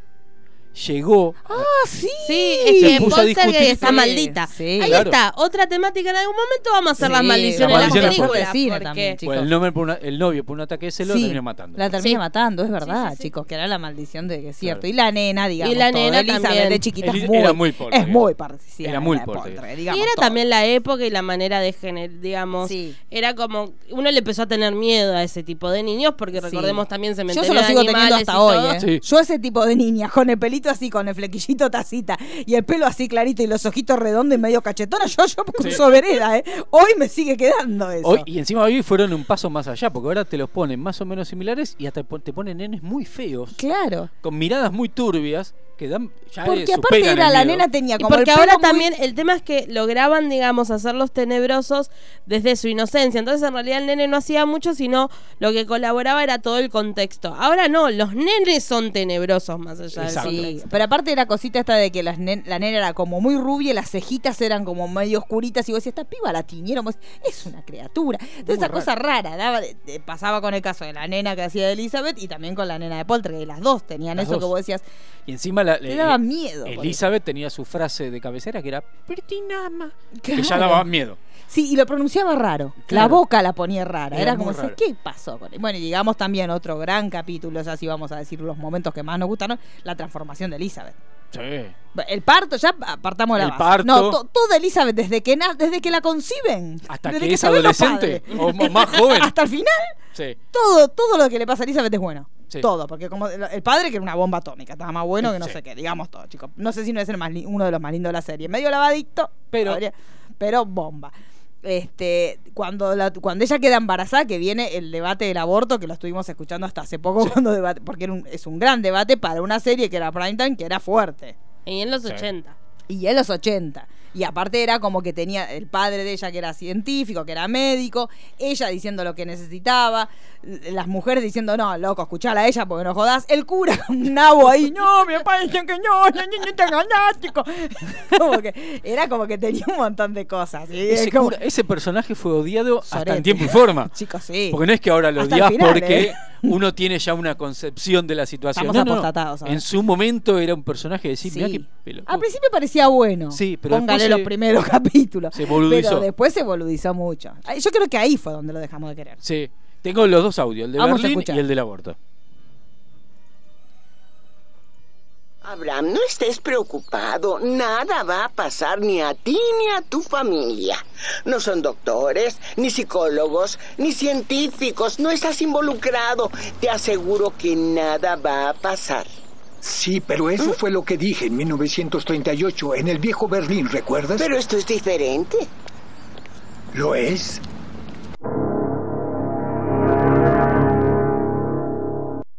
S4: llegó.
S5: Ah, sí.
S6: Sí, es que
S4: Se puso a
S6: Poltergeist
S4: discutir.
S6: está
S5: Sí,
S6: maldita.
S5: sí.
S6: Ahí
S4: Claro.
S6: está, otra temática. En algún momento vamos a hacer las
S5: Sí,
S6: maldiciones
S4: las
S6: de las
S4: maldiciones
S6: películas.
S5: fuertes.
S6: porque-
S5: También, chicos.
S4: Bueno, el, nombre por una- el novio por un ataque de celos
S5: Sí.
S4: terminó matando.
S5: La termina
S6: Sí.
S5: matando, es verdad,
S6: sí, sí.
S5: chicos, que era la maldición de que es cierto.
S4: Claro.
S5: Y la nena, digamos.
S6: Y la
S5: todo.
S6: nena
S5: Elizabeth
S6: también.
S5: de chiquita
S4: Eli-
S5: es muy.
S4: era muy Poltergeist.
S5: Es muy parecida.
S4: Era muy
S5: a la de
S4: Poltergeist.
S5: digamos,
S6: y era
S5: todo.
S6: también la época y la manera de generar, digamos.
S5: Sí.
S6: Era como. Uno le empezó a tener miedo a ese tipo de niños, porque
S5: Sí.
S6: recordemos también se
S5: Yo se lo
S6: metieron
S5: sigo teniendo
S6: animales y
S5: hasta hoy.
S6: todo.
S5: ¿eh?
S4: Sí.
S5: Yo ese tipo de niña, con el pelito así, con el flequillito tacita y el pelo así clarito y los ojitos redondos y medio cachetona, yo, yo cruzo vereda. ¿eh? Hoy me sigue quedando eso.
S4: Hoy- y encima hoy fueron un paso más allá, porque ahora te los ponen más o menos similares y hasta po- te ponen nenes muy feos,
S5: Claro.
S4: con miradas muy turbias, que que dan. Ya eh,
S5: Porque aparte
S4: superan
S5: era
S4: el
S5: la
S4: miedo.
S5: nena tenía
S6: Y
S5: como el
S6: porque
S5: pelo
S6: ahora
S5: muy-
S6: también el tema es que lograban, digamos, hacerlos tenebrosos desde su inocencia. Entonces, en realidad, el nene no hacía mucho, sino lo que colaboraba era todo el contexto. Ahora no, los nenes son tenebrosos más allá
S4: Exacto.
S6: del
S5: Sí,
S6: contexto.
S5: pero aparte era cosita esta de que las nen- la nena era como muy rubia y las cejitas eran como medio oscuritas y vos decías, esta piba la tiñeron, vos, es una criatura. Entonces
S4: Muy
S5: esa cosa rara, daba de- de- pasaba con el caso de la nena que hacía de Elizabeth y también con la nena de Poltergeist, las dos tenían
S4: Las
S5: eso que
S4: dos.
S5: vos decías,
S4: Y encima la,
S5: te
S4: eh,
S5: daba miedo. por
S4: Elizabeth tenía su frase de cabecera que era Pertinama.
S5: eso.
S4: Que ya
S5: Claro.
S4: daba miedo.
S5: Sí, y lo pronunciaba raro. La
S4: Claro.
S5: boca la ponía rara. Era,
S4: Era
S5: como,
S4: muy
S5: ¿sabes
S4: raro.
S5: ¿qué pasó con él? Bueno, y llegamos también a otro gran capítulo, ya sí vamos a decir los momentos que más nos gustaron, la transformación de Elizabeth.
S4: Sí.
S5: El parto, ya apartamos la
S4: El
S5: base.
S4: parto.
S5: No, to- toda Elizabeth, desde que, na- desde que la conciben.
S4: Hasta
S5: desde
S4: que es
S5: se ven los
S4: adolescente
S5: padres.
S4: o mo- más joven.
S5: (laughs) Hasta el final,
S4: Sí.
S5: todo, todo lo que le pasa a Elizabeth es bueno.
S4: Sí.
S5: Todo, porque como el el padre que era una bomba atómica, estaba más bueno que no
S4: Sí.
S5: sé qué, digamos todo, chicos. No sé si no es el más li- uno de los más lindos de la serie. Medio lavadicto,
S4: Pero-
S5: podría- pero bomba. Este, cuando, la- cuando ella queda embarazada, que viene el debate del aborto, que lo estuvimos escuchando hasta hace poco, cuando debate, porque era un- es un gran debate para una serie que era Primetime, que era fuerte.
S6: Y en los
S4: Sí.
S6: 80.
S5: Y en los 80. Y aparte era como que tenía el padre de ella que era científico, que era médico, ella diciendo lo que necesitaba, l- las mujeres diciendo, no, loco, escuchala a ella porque no jodás, el cura con un nabo ahí, no, mi papá dice que no, no, no, no te engañás, chico". (laughs) Como que era como que tenía un montón de cosas. y es
S4: Ese,
S5: como-
S4: cura- ese personaje fue odiado hasta
S5: Sorete.
S4: en tiempo y forma.
S5: (laughs) Chicos, sí.
S4: Porque no es que ahora lo
S5: Hasta el
S4: odias
S5: final,
S4: porque
S5: ¿eh?
S4: (laughs) uno tiene ya una concepción de la situación.
S5: Estamos
S4: No, no, no.
S5: apostatados ahora.
S4: En su momento era un personaje de decir,
S5: Sí.
S4: mirá qué pelotudo".
S5: Al principio parecía bueno.
S4: Sí, pero
S5: Póngale
S4: después
S5: los
S4: se-
S5: primeros (laughs) capítulos.
S4: se boludizó.
S5: Pero después se boludizó mucho. Ay, Yo creo que ahí fue donde lo dejamos de querer.
S4: Sí. Tengo los dos audios, el de
S5: Vamos a
S4: Berlín
S5: escuchar.
S4: y el del aborto.
S7: Abraham, no estés preocupado. Nada va a pasar ni a ti ni a tu familia. No son doctores, ni psicólogos, ni científicos. No estás involucrado. Te aseguro que nada va a pasar.
S8: Sí, pero eso fue lo que dije en 1938, en el viejo Berlín, ¿recuerdas?
S7: Pero esto es diferente.
S8: ¿Lo es?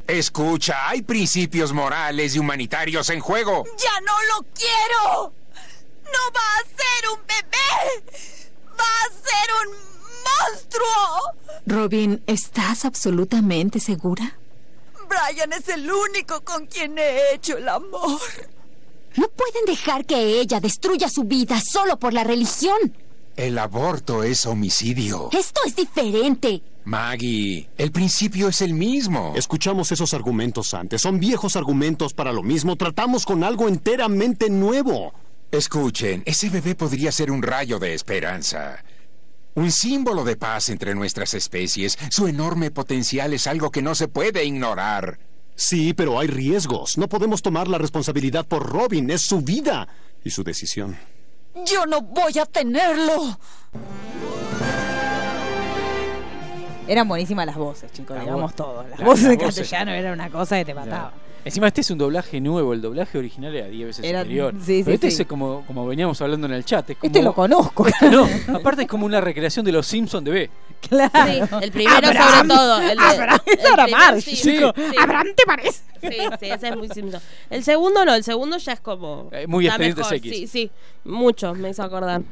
S9: Escucha, hay principios morales y humanitarios en juego.
S10: ¡Ya no lo quiero! ¡No va a ser un bebé! ¡Va a ser un monstruo!
S11: Robin, ¿estás absolutamente segura?
S10: Brian es el único con quien he hecho el amor.
S11: No pueden dejar que ella destruya su vida solo por la religión.
S9: El aborto es homicidio.
S11: Esto es diferente.
S9: Maggie, el principio es el mismo.
S12: Escuchamos esos argumentos antes. Son viejos argumentos para lo mismo. Tratamos con algo enteramente nuevo.
S9: Escuchen, ese bebé podría ser un rayo de esperanza. Un símbolo de paz entre nuestras especies. Su enorme potencial es algo que no se puede ignorar.
S12: Sí, pero hay riesgos. No podemos tomar la responsabilidad por Robin. Es su vida y su decisión.
S10: Yo no voy a tenerlo.
S5: Eran buenísimas las voces, chicos,
S4: Las
S5: digamos
S4: voces.
S5: todo. Las
S4: Las-
S5: voces
S4: las
S5: en
S4: voces.
S5: castellano era una cosa que te mataba.
S4: Encima este es un doblaje nuevo, el doblaje original era 10 veces
S5: Era-
S4: superior.
S5: sí, sí,
S4: Pero este
S5: sí.
S4: es como, como veníamos hablando en el chat. Es como, (laughs)
S5: Este lo (laughs) conozco.
S4: No, aparte es como una recreación de los Simpsons de B.
S5: claro.
S6: Sí, el primero sobre
S5: Abraham.
S6: todo. El de-
S5: Abraham,
S6: el
S5: eso era
S6: primero,
S5: Marge,
S6: sí,
S5: chico.
S6: sí.
S5: Abraham, ¿te parece?
S6: Sí, sí, ese es muy simple. El segundo no, el segundo ya es como.
S4: Eh, muy
S6: está
S4: Expedientes
S6: mejor.
S4: X.
S6: Sí, sí, mucho, me hizo acordar.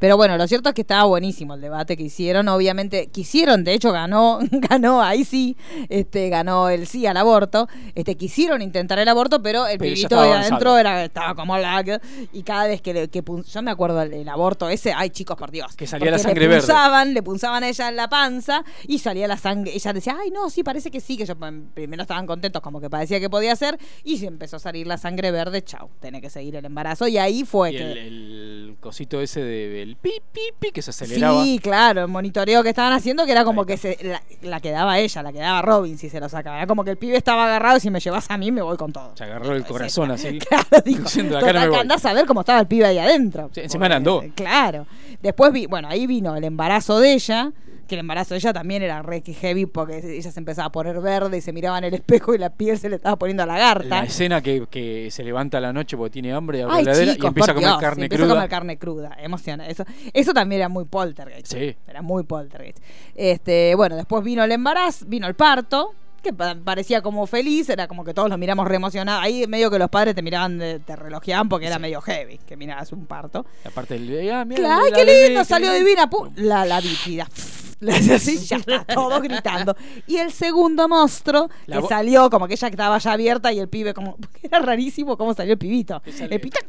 S5: Pero bueno, lo cierto es que estaba buenísimo el debate que hicieron. Obviamente, quisieron, de hecho, ganó, (laughs) ganó, ahí sí, este, ganó el sí al aborto. Este, quisieron intentar el aborto, pero el
S4: Pero ya
S5: pibito
S4: estaba
S5: de
S4: avanzado.
S5: adentro era, estaba como la. Y cada vez que, le- que pun- yo me acuerdo el, el aborto ese, ay chicos, por Dios.
S4: Que salía la
S5: Porque
S4: sangre
S5: le
S4: verde.
S5: punzaban, Le punzaban a ella en la panza y salía la sangre. Ella decía, ay no, sí, parece que sí, que yo primero estaban contentos, como que parecía que podía ser, y se empezó a salir la sangre verde, chau, tiene que seguir el embarazo. Y ahí fue
S4: Y
S5: que.
S4: el, el cosito ese del pi, pi, pi, que se aceleraba.
S5: Sí, claro, el monitoreo que estaban haciendo que era como
S4: Ahí
S5: que se, la, la quedaba ella, la quedaba Robin si se lo sacaba. Era como que el pibe estaba agarrado y si me llevas a mí me voy con todo.
S4: Se
S5: (laughs)
S4: agarró el corazón así.
S5: Claro, dijo.
S4: (laughs) Diciendo, "Acá no
S5: Total,
S4: me
S5: que
S4: voy".
S5: andás a ver cómo estaba el pibe ahí adentro. Eh,
S4: Sí, encima eran dos.
S5: Claro. Después, vi, bueno, ahí vino el embarazo de ella, que el embarazo de ella también era re que heavy porque ella se empezaba a poner verde y se miraba en el espejo y la piel se le estaba poniendo a lagarta.
S4: La escena que, que se levanta a la noche porque tiene hambre abre la
S5: Ay,
S4: heladera
S5: chicos,
S4: y empieza a
S5: por
S4: comer
S5: Dios,
S4: carne
S5: empieza a
S4: cruda.
S5: comer carne cruda, emociona. Eso, eso también era muy poltergeist.
S4: Sí.
S5: Era muy poltergeist. Este, bueno, después vino el embarazo, vino el parto, que pa- parecía como feliz, era como que todos lo miramos re emocionados. Ahí medio que los padres te miraban, de- te relojeaban porque era medio heavy, que mirabas un parto.
S4: Aparte del. Ah, mira,
S5: Claro, ¡Ay,
S4: la
S5: qué
S4: bebé,
S5: lindo!
S4: qué
S5: Salió
S4: lindo.
S5: divina. pu- La, la bípida. (laughs) Le hace así, ya está todo gritando. Y el segundo monstruo
S4: La
S5: que
S4: bo-
S5: salió, como que ella estaba ya abierta y el pibe, como. (laughs) Era rarísimo cómo salió el pibito. El pita-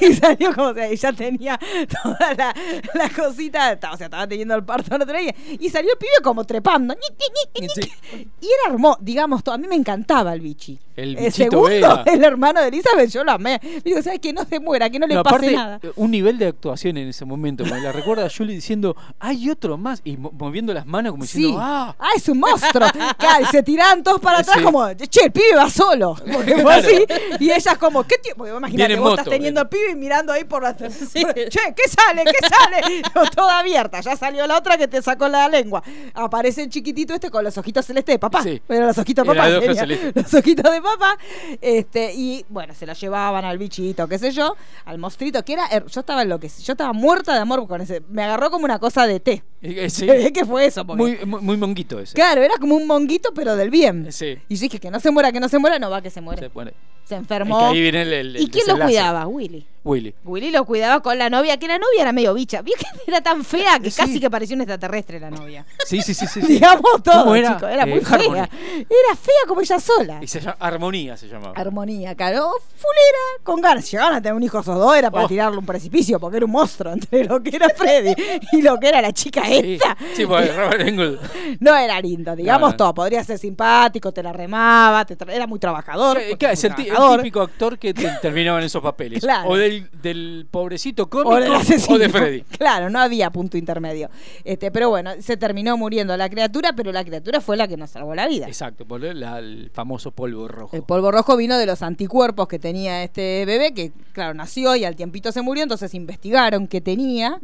S5: Y salió como sea, ella tenía toda la, la cosita. estaba- O sea, estaba teniendo el parto el otro día. Y salió el pibe como trepando. (laughs) Y era hermoso. Digamos, to- a mí me encantaba el bichi.
S4: El
S5: Eh,
S4: bichito
S5: segundo,
S4: Vega.
S5: (laughs) el hermano de Elizabeth, yo lo amé. Digo, ¿sabes que No se muera, que no le
S4: No,
S5: pase
S4: aparte,
S5: nada.
S4: eh, un nivel de actuación en ese momento. Me la recuerda a Julie diciendo, hay otro más. Y mo- moviendo las manos como
S5: Sí.
S4: diciendo, ¡ah!
S5: Ah, es un
S4: (laughs)
S5: monstruo. Claro, y se tiraban todos para atrás
S4: Sí.
S5: como, che, el pibe va solo. Porque fue
S4: (laughs) Claro.
S5: así. Y ellas como, ¿qué tío? Porque vos imaginate,
S4: Viene
S5: vos
S4: moto,
S5: estás teniendo al pibe y mirando ahí por la...
S4: (laughs)
S5: por- Che, ¿qué sale? ¿Qué sale? Yo, Toda abierta. Ya salió la otra que te sacó la lengua. Aparece el chiquitito este con los ojitos celestes de papá.
S4: Sí.
S5: Bueno, los ojitos de
S4: Era
S5: papá.
S4: de ojos
S5: tenía
S4: celestes.
S5: Los ojitos de papá. Este, y bueno, se la llevaban al bichito, qué sé yo, al monstruito, que era... her- Yo estaba enloquecida. Yo estaba muerta de amor con ese. Me agarró como una cosa de té.
S4: Eh,
S5: (laughs)
S4: eh, sí.
S5: ¿Qué fue eso? Porque-
S4: Muy, muy, muy monguito ese.
S5: Claro, era como un monguito, pero del bien.
S4: Sí.
S5: Y yo dije que no se muera, que no se muera, no va que se muere.
S4: Se pone-
S5: Se
S4: Es
S5: enfermó.
S4: que ahí viene el, el-
S5: ¿Y
S4: el
S5: quién lo
S4: desenlace.
S5: cuidaba? Willy.
S4: Willy.
S5: Willy lo cuidaba con la novia, que la novia era medio bicha. Vio que (laughs) era tan fea que casi que parecía un extraterrestre la novia.
S4: Sí, sí,
S5: (laughs)
S4: sí. sí, sí.
S5: Digamos todo,
S4: ¿Cómo
S5: era? chico. Era
S4: Eh,
S5: muy
S4: Harmony.
S5: fea. Era fea como ella sola.
S4: Y se llama- Armonía se llamaba.
S5: Armonía, claro. Fulera, con ganas. Llegaron a tener un hijo esos dos, era para
S4: Oh.
S5: tirarle un precipicio, porque era un monstruo (laughs) entre lo que era Freddy y lo que era la chica
S4: Sí,
S5: esta.
S4: sí, porque Robert Englund.
S5: No era lindo, digamos
S4: No, no.
S5: todo. Podría ser simpático, te la remaba, te tra- era muy trabajador.
S4: Eh,
S5: porque
S4: claro,
S5: era
S4: es
S5: muy
S4: el, ti- el
S5: trabajador.
S4: típico actor que te- terminaba en esos papeles.
S5: (laughs) Claro.
S4: O del, del pobrecito cómico
S5: O del
S4: (laughs)
S5: asesino.
S4: o de Freddy.
S5: (laughs) Claro, no había punto intermedio. Este, pero bueno, se terminó muriendo la criatura, pero la criatura fue la que nos salvó la vida.
S4: Exacto, por el, la- el famoso polvo rojo.
S5: El polvo rojo vino de los anticuerpos que tenía este bebé, que claro, nació y al tiempito se murió, entonces investigaron qué tenía.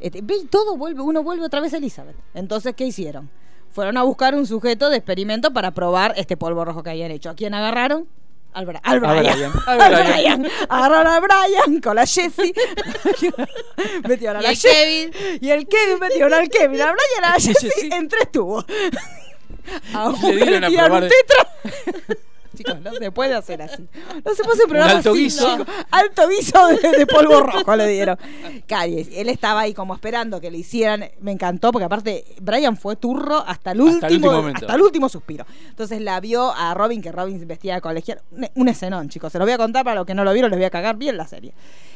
S5: Este, ve, y todo vuelve, uno vuelve otra vez a Elizabeth. Entonces, ¿qué hicieron? Fueron a buscar un sujeto de experimento para probar este polvo rojo que habían hecho. ¿A quién agarraron? Al, Bra- al
S4: A
S5: Brian.
S4: Brian. A
S5: (laughs) Al
S4: Brian.
S5: Brian. Agarraron a Brian con la Jessie. (laughs) metieron a
S6: Y
S5: la
S6: el
S5: Jessie.
S6: Kevin.
S5: Y el Kevin metieron al Kevin. A Brian (laughs) a la
S4: Sí, sí,
S5: Jessie
S4: sí.
S5: en tres (laughs) tubos. A
S4: Le
S5: uno
S4: dieron a
S5: le tiraron
S4: probar
S5: un
S4: de-
S5: tetra. (laughs) Chicos, no se puede hacer así. No se puede hacer un programa
S4: alto
S5: así,
S4: guiso.
S5: chicos. Alto guiso de, de polvo rojo le dieron. Caries. Él estaba ahí como esperando que le hicieran. Me encantó porque aparte Brian fue turro hasta el último,
S4: Hasta el último momento.
S5: hasta el último suspiro. Entonces la vio a Robin, que Robin vestía de colegial. Un, un escenón, chicos. Se lo voy a contar para los que no lo vieron, les voy a cagar bien la serie.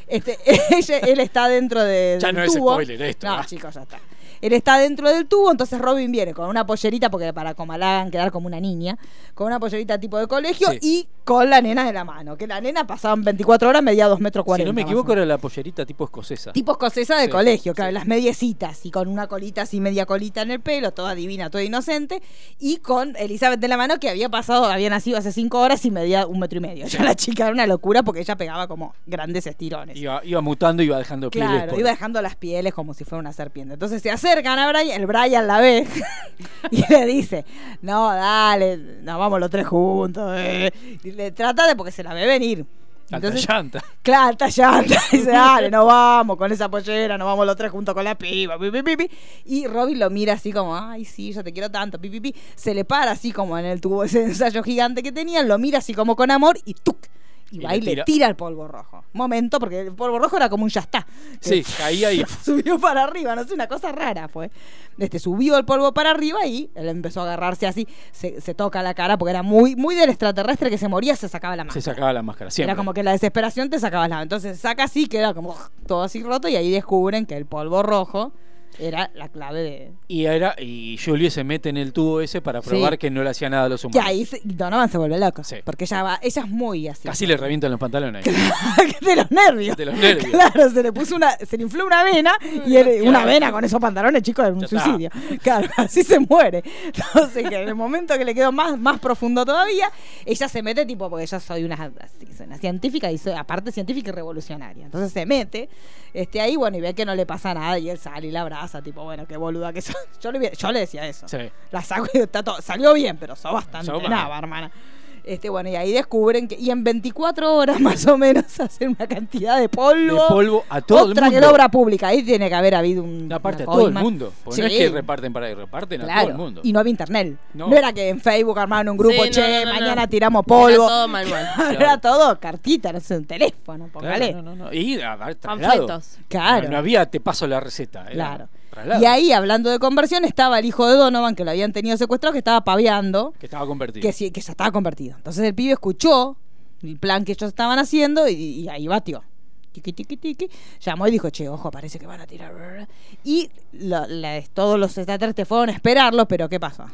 S5: Este, (laughs) ella- él está dentro de,
S4: Ya
S5: del
S4: no es
S5: tubo.
S4: spoiler esto, ¿eh?
S5: No,
S4: va.
S5: chicos, ya está. Él está dentro del tubo, entonces Robin viene con una pollerita, porque para como la hagan quedar como una niña, con una pollerita tipo de colegio
S4: Sí.
S5: y con la nena de la mano. Que la nena pasaban 24 horas, medía 2 metros 40.
S4: si no me
S5: más o
S4: equivoco,
S5: menos.
S4: era la pollerita tipo escocesa.
S5: Tipo escocesa de
S4: Sí,
S5: colegio, claro, las mediecitas y con una colita así, media colita en el pelo, toda divina, toda inocente, y con Elizabeth de la mano que había pasado, había nacido hace cinco horas y medía un metro y medio. Ya la chica era una locura porque ella pegaba como grandes estirones.
S4: Iba, iba mutando, iba dejando pieles.
S5: Claro,
S4: por-
S5: iba dejando las pieles como si fuera una serpiente. Entonces se acercan a Brian, el Brian la ve (laughs) y le dice, no, dale, nos vamos los tres juntos. eh". Y le trata de porque se la ve venir.
S4: Alta
S5: Entonces,
S4: llanta.
S5: claro, (laughs) está llanta. Dice, dale, nos vamos con esa pollera, nos vamos los tres juntos con la piba. pi, pi, pi, pi". Y Robin lo mira así como, ay, sí, yo te quiero tanto. Pi, pi, pi". Se le para así como en el tubo ese ensayo gigante que tenía, lo mira así como con amor y ¡tuc! Y,
S4: Y
S5: va
S4: le
S5: y le
S4: tira.
S5: tira. el polvo rojo. Momento, porque el polvo rojo era como un ya está.
S4: Sí,
S5: (laughs)
S4: caía y.
S5: Subió para arriba, no sé, una cosa rara fue. Este, subió el polvo para arriba y él empezó a agarrarse así, se, se toca la cara porque era muy, muy del extraterrestre que se moría, se sacaba la mano.
S4: Se sacaba la máscara. Siempre.
S5: Era como que la desesperación te sacabas la Entonces saca así, queda como ugh, todo así roto y ahí descubren que el polvo rojo era la clave de...
S4: Y, era, y Julie se mete en el tubo ese para
S5: Sí.
S4: probar que no le hacía nada a los
S5: Y
S4: humanos.
S5: ahí se- Donovan se vuelve loco.
S4: Sí.
S5: Porque ella, va, ella es muy así.
S4: Casi le revientan los pantalones.
S5: (laughs) de los nervios.
S4: De los nervios.
S5: Claro, se le puso una, se le infló una vena y él-
S4: Claro.
S5: una vena con esos pantalones, chicos, era un
S4: Ya está.
S5: suicidio. Claro, (laughs) así se muere. Entonces, que en el momento que le quedó más, más profundo todavía, ella se mete, tipo, porque yo soy una, así, soy una científica y soy, aparte científica y revolucionaria. Entonces se mete, este ahí, bueno, y ve que no le pasa nada, y él sale y la abraza, tipo, bueno, qué boluda que sos. Yo le, hubiera- yo le decía eso.
S4: Sí.
S5: La saco y está todo. Salió bien, pero sos bastante
S4: Sos mal.
S5: nada, hermana. Este, bueno, y ahí descubren que. Y en 24 horas (laughs) más o menos hacen una cantidad de polvo.
S4: De polvo a todo el
S5: Otra que
S4: mundo.
S5: obra pública. Ahí tiene que haber habido un.
S4: Aparte a
S5: una
S4: todo el
S5: coima.
S4: mundo. Porque no es
S5: Sí.
S4: que reparten para ahí, reparten a todo
S5: Claro,
S4: el mundo.
S5: y no había internet.
S4: No.
S5: No. era que en Facebook armaban un grupo,
S6: Sí, no,
S5: che,
S6: no, no, no.
S5: mañana tiramos polvo.
S6: Era
S5: (laughs)
S6: todo manual.
S5: era todo cartita, no sé, un teléfono,
S4: Claro,
S5: póngale.
S4: no, no, no. Y a ver, traslado.
S6: Panfletos.
S5: Claro.
S4: No, no había te paso la receta. era
S5: Claro.
S4: traslado,
S5: Y ahí, hablando de conversión, estaba el hijo de Donovan, que lo habían tenido secuestrado, que estaba paveando,
S4: Que estaba convertido.
S5: que, sí, que ya estaba convertido. Entonces el pibe escuchó el plan que ellos estaban haciendo y, y ahí batió. Tiqui, tiqui, tiqui. Llamó y dijo, che, ojo, parece que van a tirar. Y lo- la- todos los extraterrestres fueron a esperarlo, pero ¿qué pasa?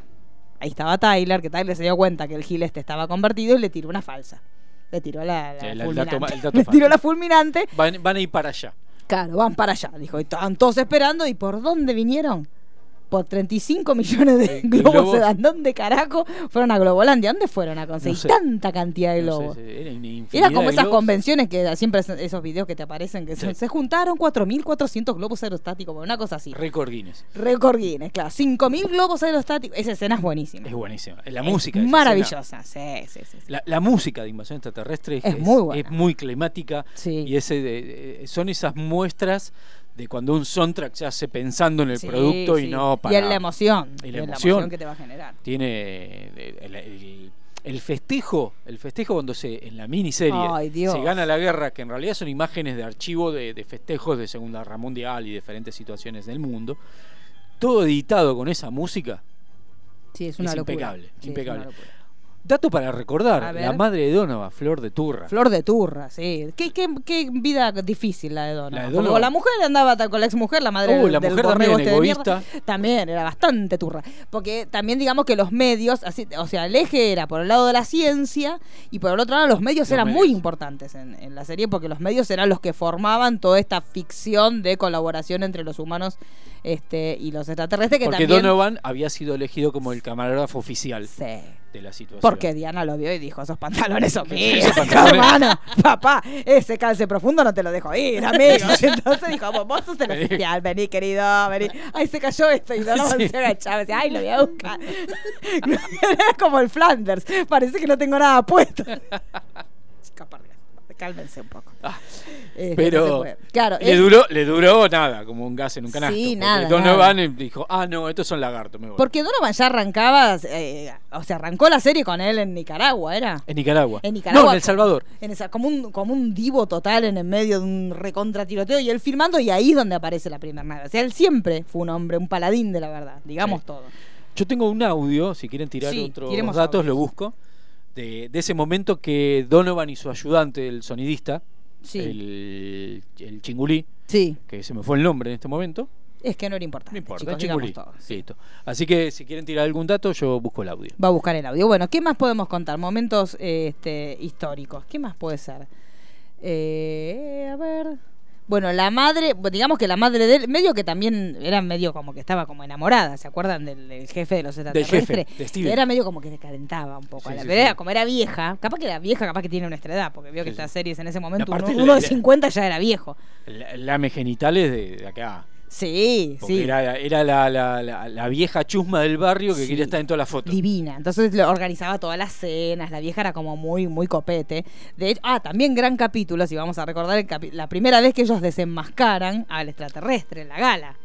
S5: Ahí estaba Tyler, que Tyler se dio cuenta que el Gil este estaba convertido y le tiró una falsa. Le tiró la, la
S4: Sí, el- el
S5: fulminante.
S4: dato ma- el dato
S5: (laughs) le tiró
S4: falso.
S5: la fulminante
S4: Van, van a ir para allá.
S5: Claro, van para allá, dijo. Y estaban todos esperando. ¿Y por dónde vinieron? Por 35 millones de
S4: Eh,
S5: globos,
S4: globos.
S5: se dan. ¿Dónde carajo fueron a Globolandia? ¿Dónde fueron a conseguir
S4: No sé.
S5: tanta cantidad de
S4: No sé,
S5: globos?
S4: sí, era una infinidad
S5: Era como
S4: de
S5: esas
S4: globos.
S5: convenciones que siempre hacen esos videos que te aparecen que son,
S4: Sí.
S5: se juntaron 4.400 globos aerostáticos, bueno, una cosa así.
S4: Récord Guinness.
S5: Record Guinness, claro. 5.000 globos aerostáticos. Esa escena es buenísima.
S4: Es buenísima. La
S5: Es
S4: música. de esa escena.
S5: Maravillosa, sí, sí, sí. sí.
S4: La, la música de Invasión Extraterrestre es,
S5: Es muy buena.
S4: es muy climática.
S5: Sí.
S4: Y ese de- eh, son esas muestras de cuando un soundtrack se hace pensando en el
S5: Sí,
S4: producto y
S5: sí.
S4: no para.
S5: en la emoción.
S4: y la
S5: y en la
S4: emoción.
S5: emoción que te va a generar.
S4: Tiene eh, el, el- el- el festejo, el festejo cuando se en la miniserie
S5: Ay, Dios.
S4: se gana la guerra, que en realidad son imágenes de archivo de, de festejos de Segunda Guerra Mundial y diferentes situaciones del mundo. Todo editado con esa música.
S5: Sí, es
S4: Es
S5: una locura.
S4: impecable,
S5: Sí, es
S4: impecable.
S5: una locura.
S4: Dato para
S5: A
S4: recordar,
S5: ver.
S4: la madre de Donovan, Flor de Turra.
S5: Flor de turra, sí. ¿Qué, qué, qué vida difícil la de Donovan.
S4: La
S5: La
S4: de Donovan.
S5: la mujer andaba ta- con la exmujer, la madre
S4: Uh,
S5: del-
S4: la
S5: del
S4: mujer
S5: borrego
S4: también
S5: este de mierda,
S4: egoísta.
S5: también era bastante turra. Porque también digamos que los medios, así, o sea, el eje era por el lado de la ciencia y por el otro lado los medios
S4: Los
S5: eran
S4: medios.
S5: muy importantes en, en la serie porque los medios eran los que formaban toda esta ficción de colaboración entre los humanos este, y los extraterrestres que
S4: Porque
S5: también...
S4: Donovan había sido elegido como el camarógrafo oficial
S5: Sí.
S4: de la situación.
S5: Porque Diana lo vio y dijo, esos
S4: (laughs)
S5: pantalones son
S4: Pues
S5: míos, (laughs)
S4: Esos pantalones.
S5: hermano. Papá, ese calce profundo no te lo dejo
S4: (laughs)
S5: ir, amigo. Y entonces dijo, vos, vos sos el
S4: Vení.
S5: oficial, vení, querido, vení. Ay, se cayó esto y Donovan
S4: Sí.
S5: se agachaba. Decía, ay, lo voy a buscar. (laughs) Era como el Flanders, parece que no tengo nada puesto. (laughs) Escapar, Cálmense un poco.
S4: Ah,
S5: Este, no se
S4: Pero
S5: puede. claro, eh,
S4: le,
S5: es-
S4: duró, le duró nada, como un gas en un canasto.
S5: Sí,
S4: porque
S5: nada,
S4: Donovan dijo, ah, no, estos son lagartos, me voy.
S5: porque Donovan ya arrancaba, eh, o sea, arrancó la serie con él en Nicaragua, ¿era?
S4: En Nicaragua.
S5: En Nicaragua.
S4: No, en El Salvador.
S5: en esa- como, un, como un divo total en el medio de un recontratiroteo y él filmando y ahí es donde aparece la primera nave. O sea, él siempre fue un hombre, un paladín de la verdad, digamos
S4: Sí.
S5: todo.
S4: Yo tengo un audio, si quieren tirar
S5: Sí,
S4: otros
S5: tiremos
S4: datos,
S5: audios.
S4: lo busco. De, de ese momento que Donovan y su ayudante, el sonidista,
S5: Sí.
S4: el, el chingulí,
S5: Sí,
S4: que se me fue el nombre en este momento,
S5: es que no era importante.
S4: no importa,
S5: chicos, digamos
S4: chingulí.
S5: todo.
S4: Listo. Así que si quieren tirar algún dato, yo busco el audio.
S5: Va a buscar el audio. Bueno, ¿qué más podemos contar? Momentos eh, este, históricos. ¿Qué más puede ser? Eh, a ver. Bueno, la madre, bueno, digamos que la madre de él, medio que también era medio como que estaba como enamorada, ¿se acuerdan del, del jefe de los extraterrestres?
S4: jefe, de
S5: Que
S4: Steven.
S5: era medio como que se calentaba un poco.
S4: Sí,
S5: la-
S4: sí,
S5: pero era-
S4: sí.
S5: como era vieja, capaz que era vieja, capaz que tiene nuestra edad, porque vio que
S4: Sí, sí.
S5: estas series en ese momento,
S4: aparte
S5: uno,
S4: la-
S5: uno de
S4: la-
S5: 50 ya era viejo.
S4: La- Lame genitales de, de acá.
S5: Sí,
S4: Porque
S5: sí.
S4: era, era la, la- la- la vieja chusma del barrio que
S5: Sí.
S4: quería estar en todas las fotos.
S5: Divina. Entonces lo organizaba todas las cenas, la vieja era como muy, muy copete. De hecho, ah, también gran capítulo, si vamos a recordar, el capi- la primera vez que ellos desenmascaran al extraterrestre en la gala.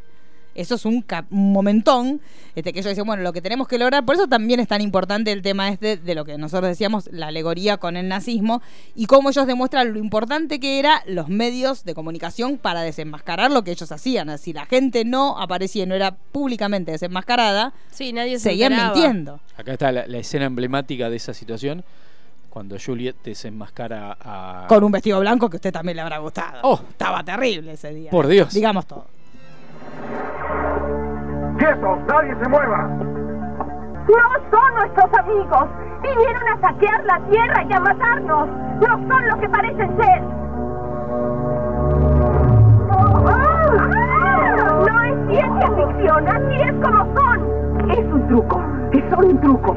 S5: Eso es un, cap- un momentón este, que ellos dicen, bueno, lo que tenemos que lograr, por eso también es tan importante el tema este de lo que nosotros decíamos, la alegoría con el nazismo, y cómo ellos demuestran lo importante que eran los medios de comunicación para desenmascarar lo que ellos hacían. Si la gente no aparecía y no era públicamente desenmascarada,
S6: Sí, nadie se
S5: seguían
S6: enteraba.
S5: mintiendo.
S4: Acá está la, la escena emblemática de esa situación, cuando Juliet desenmascara a...
S5: con un vestido blanco que a usted también le habrá gustado.
S4: Oh.
S5: Estaba terrible ese día.
S4: Por Dios.
S5: Digamos todo.
S13: ¡Quietos! ¡Nadie se mueva!
S10: No son nuestros amigos. Vinieron a saquear la tierra y a matarnos. No son lo que parecen ser. No es ciencia ficción. Así es como son. Es un truco. Es solo un truco.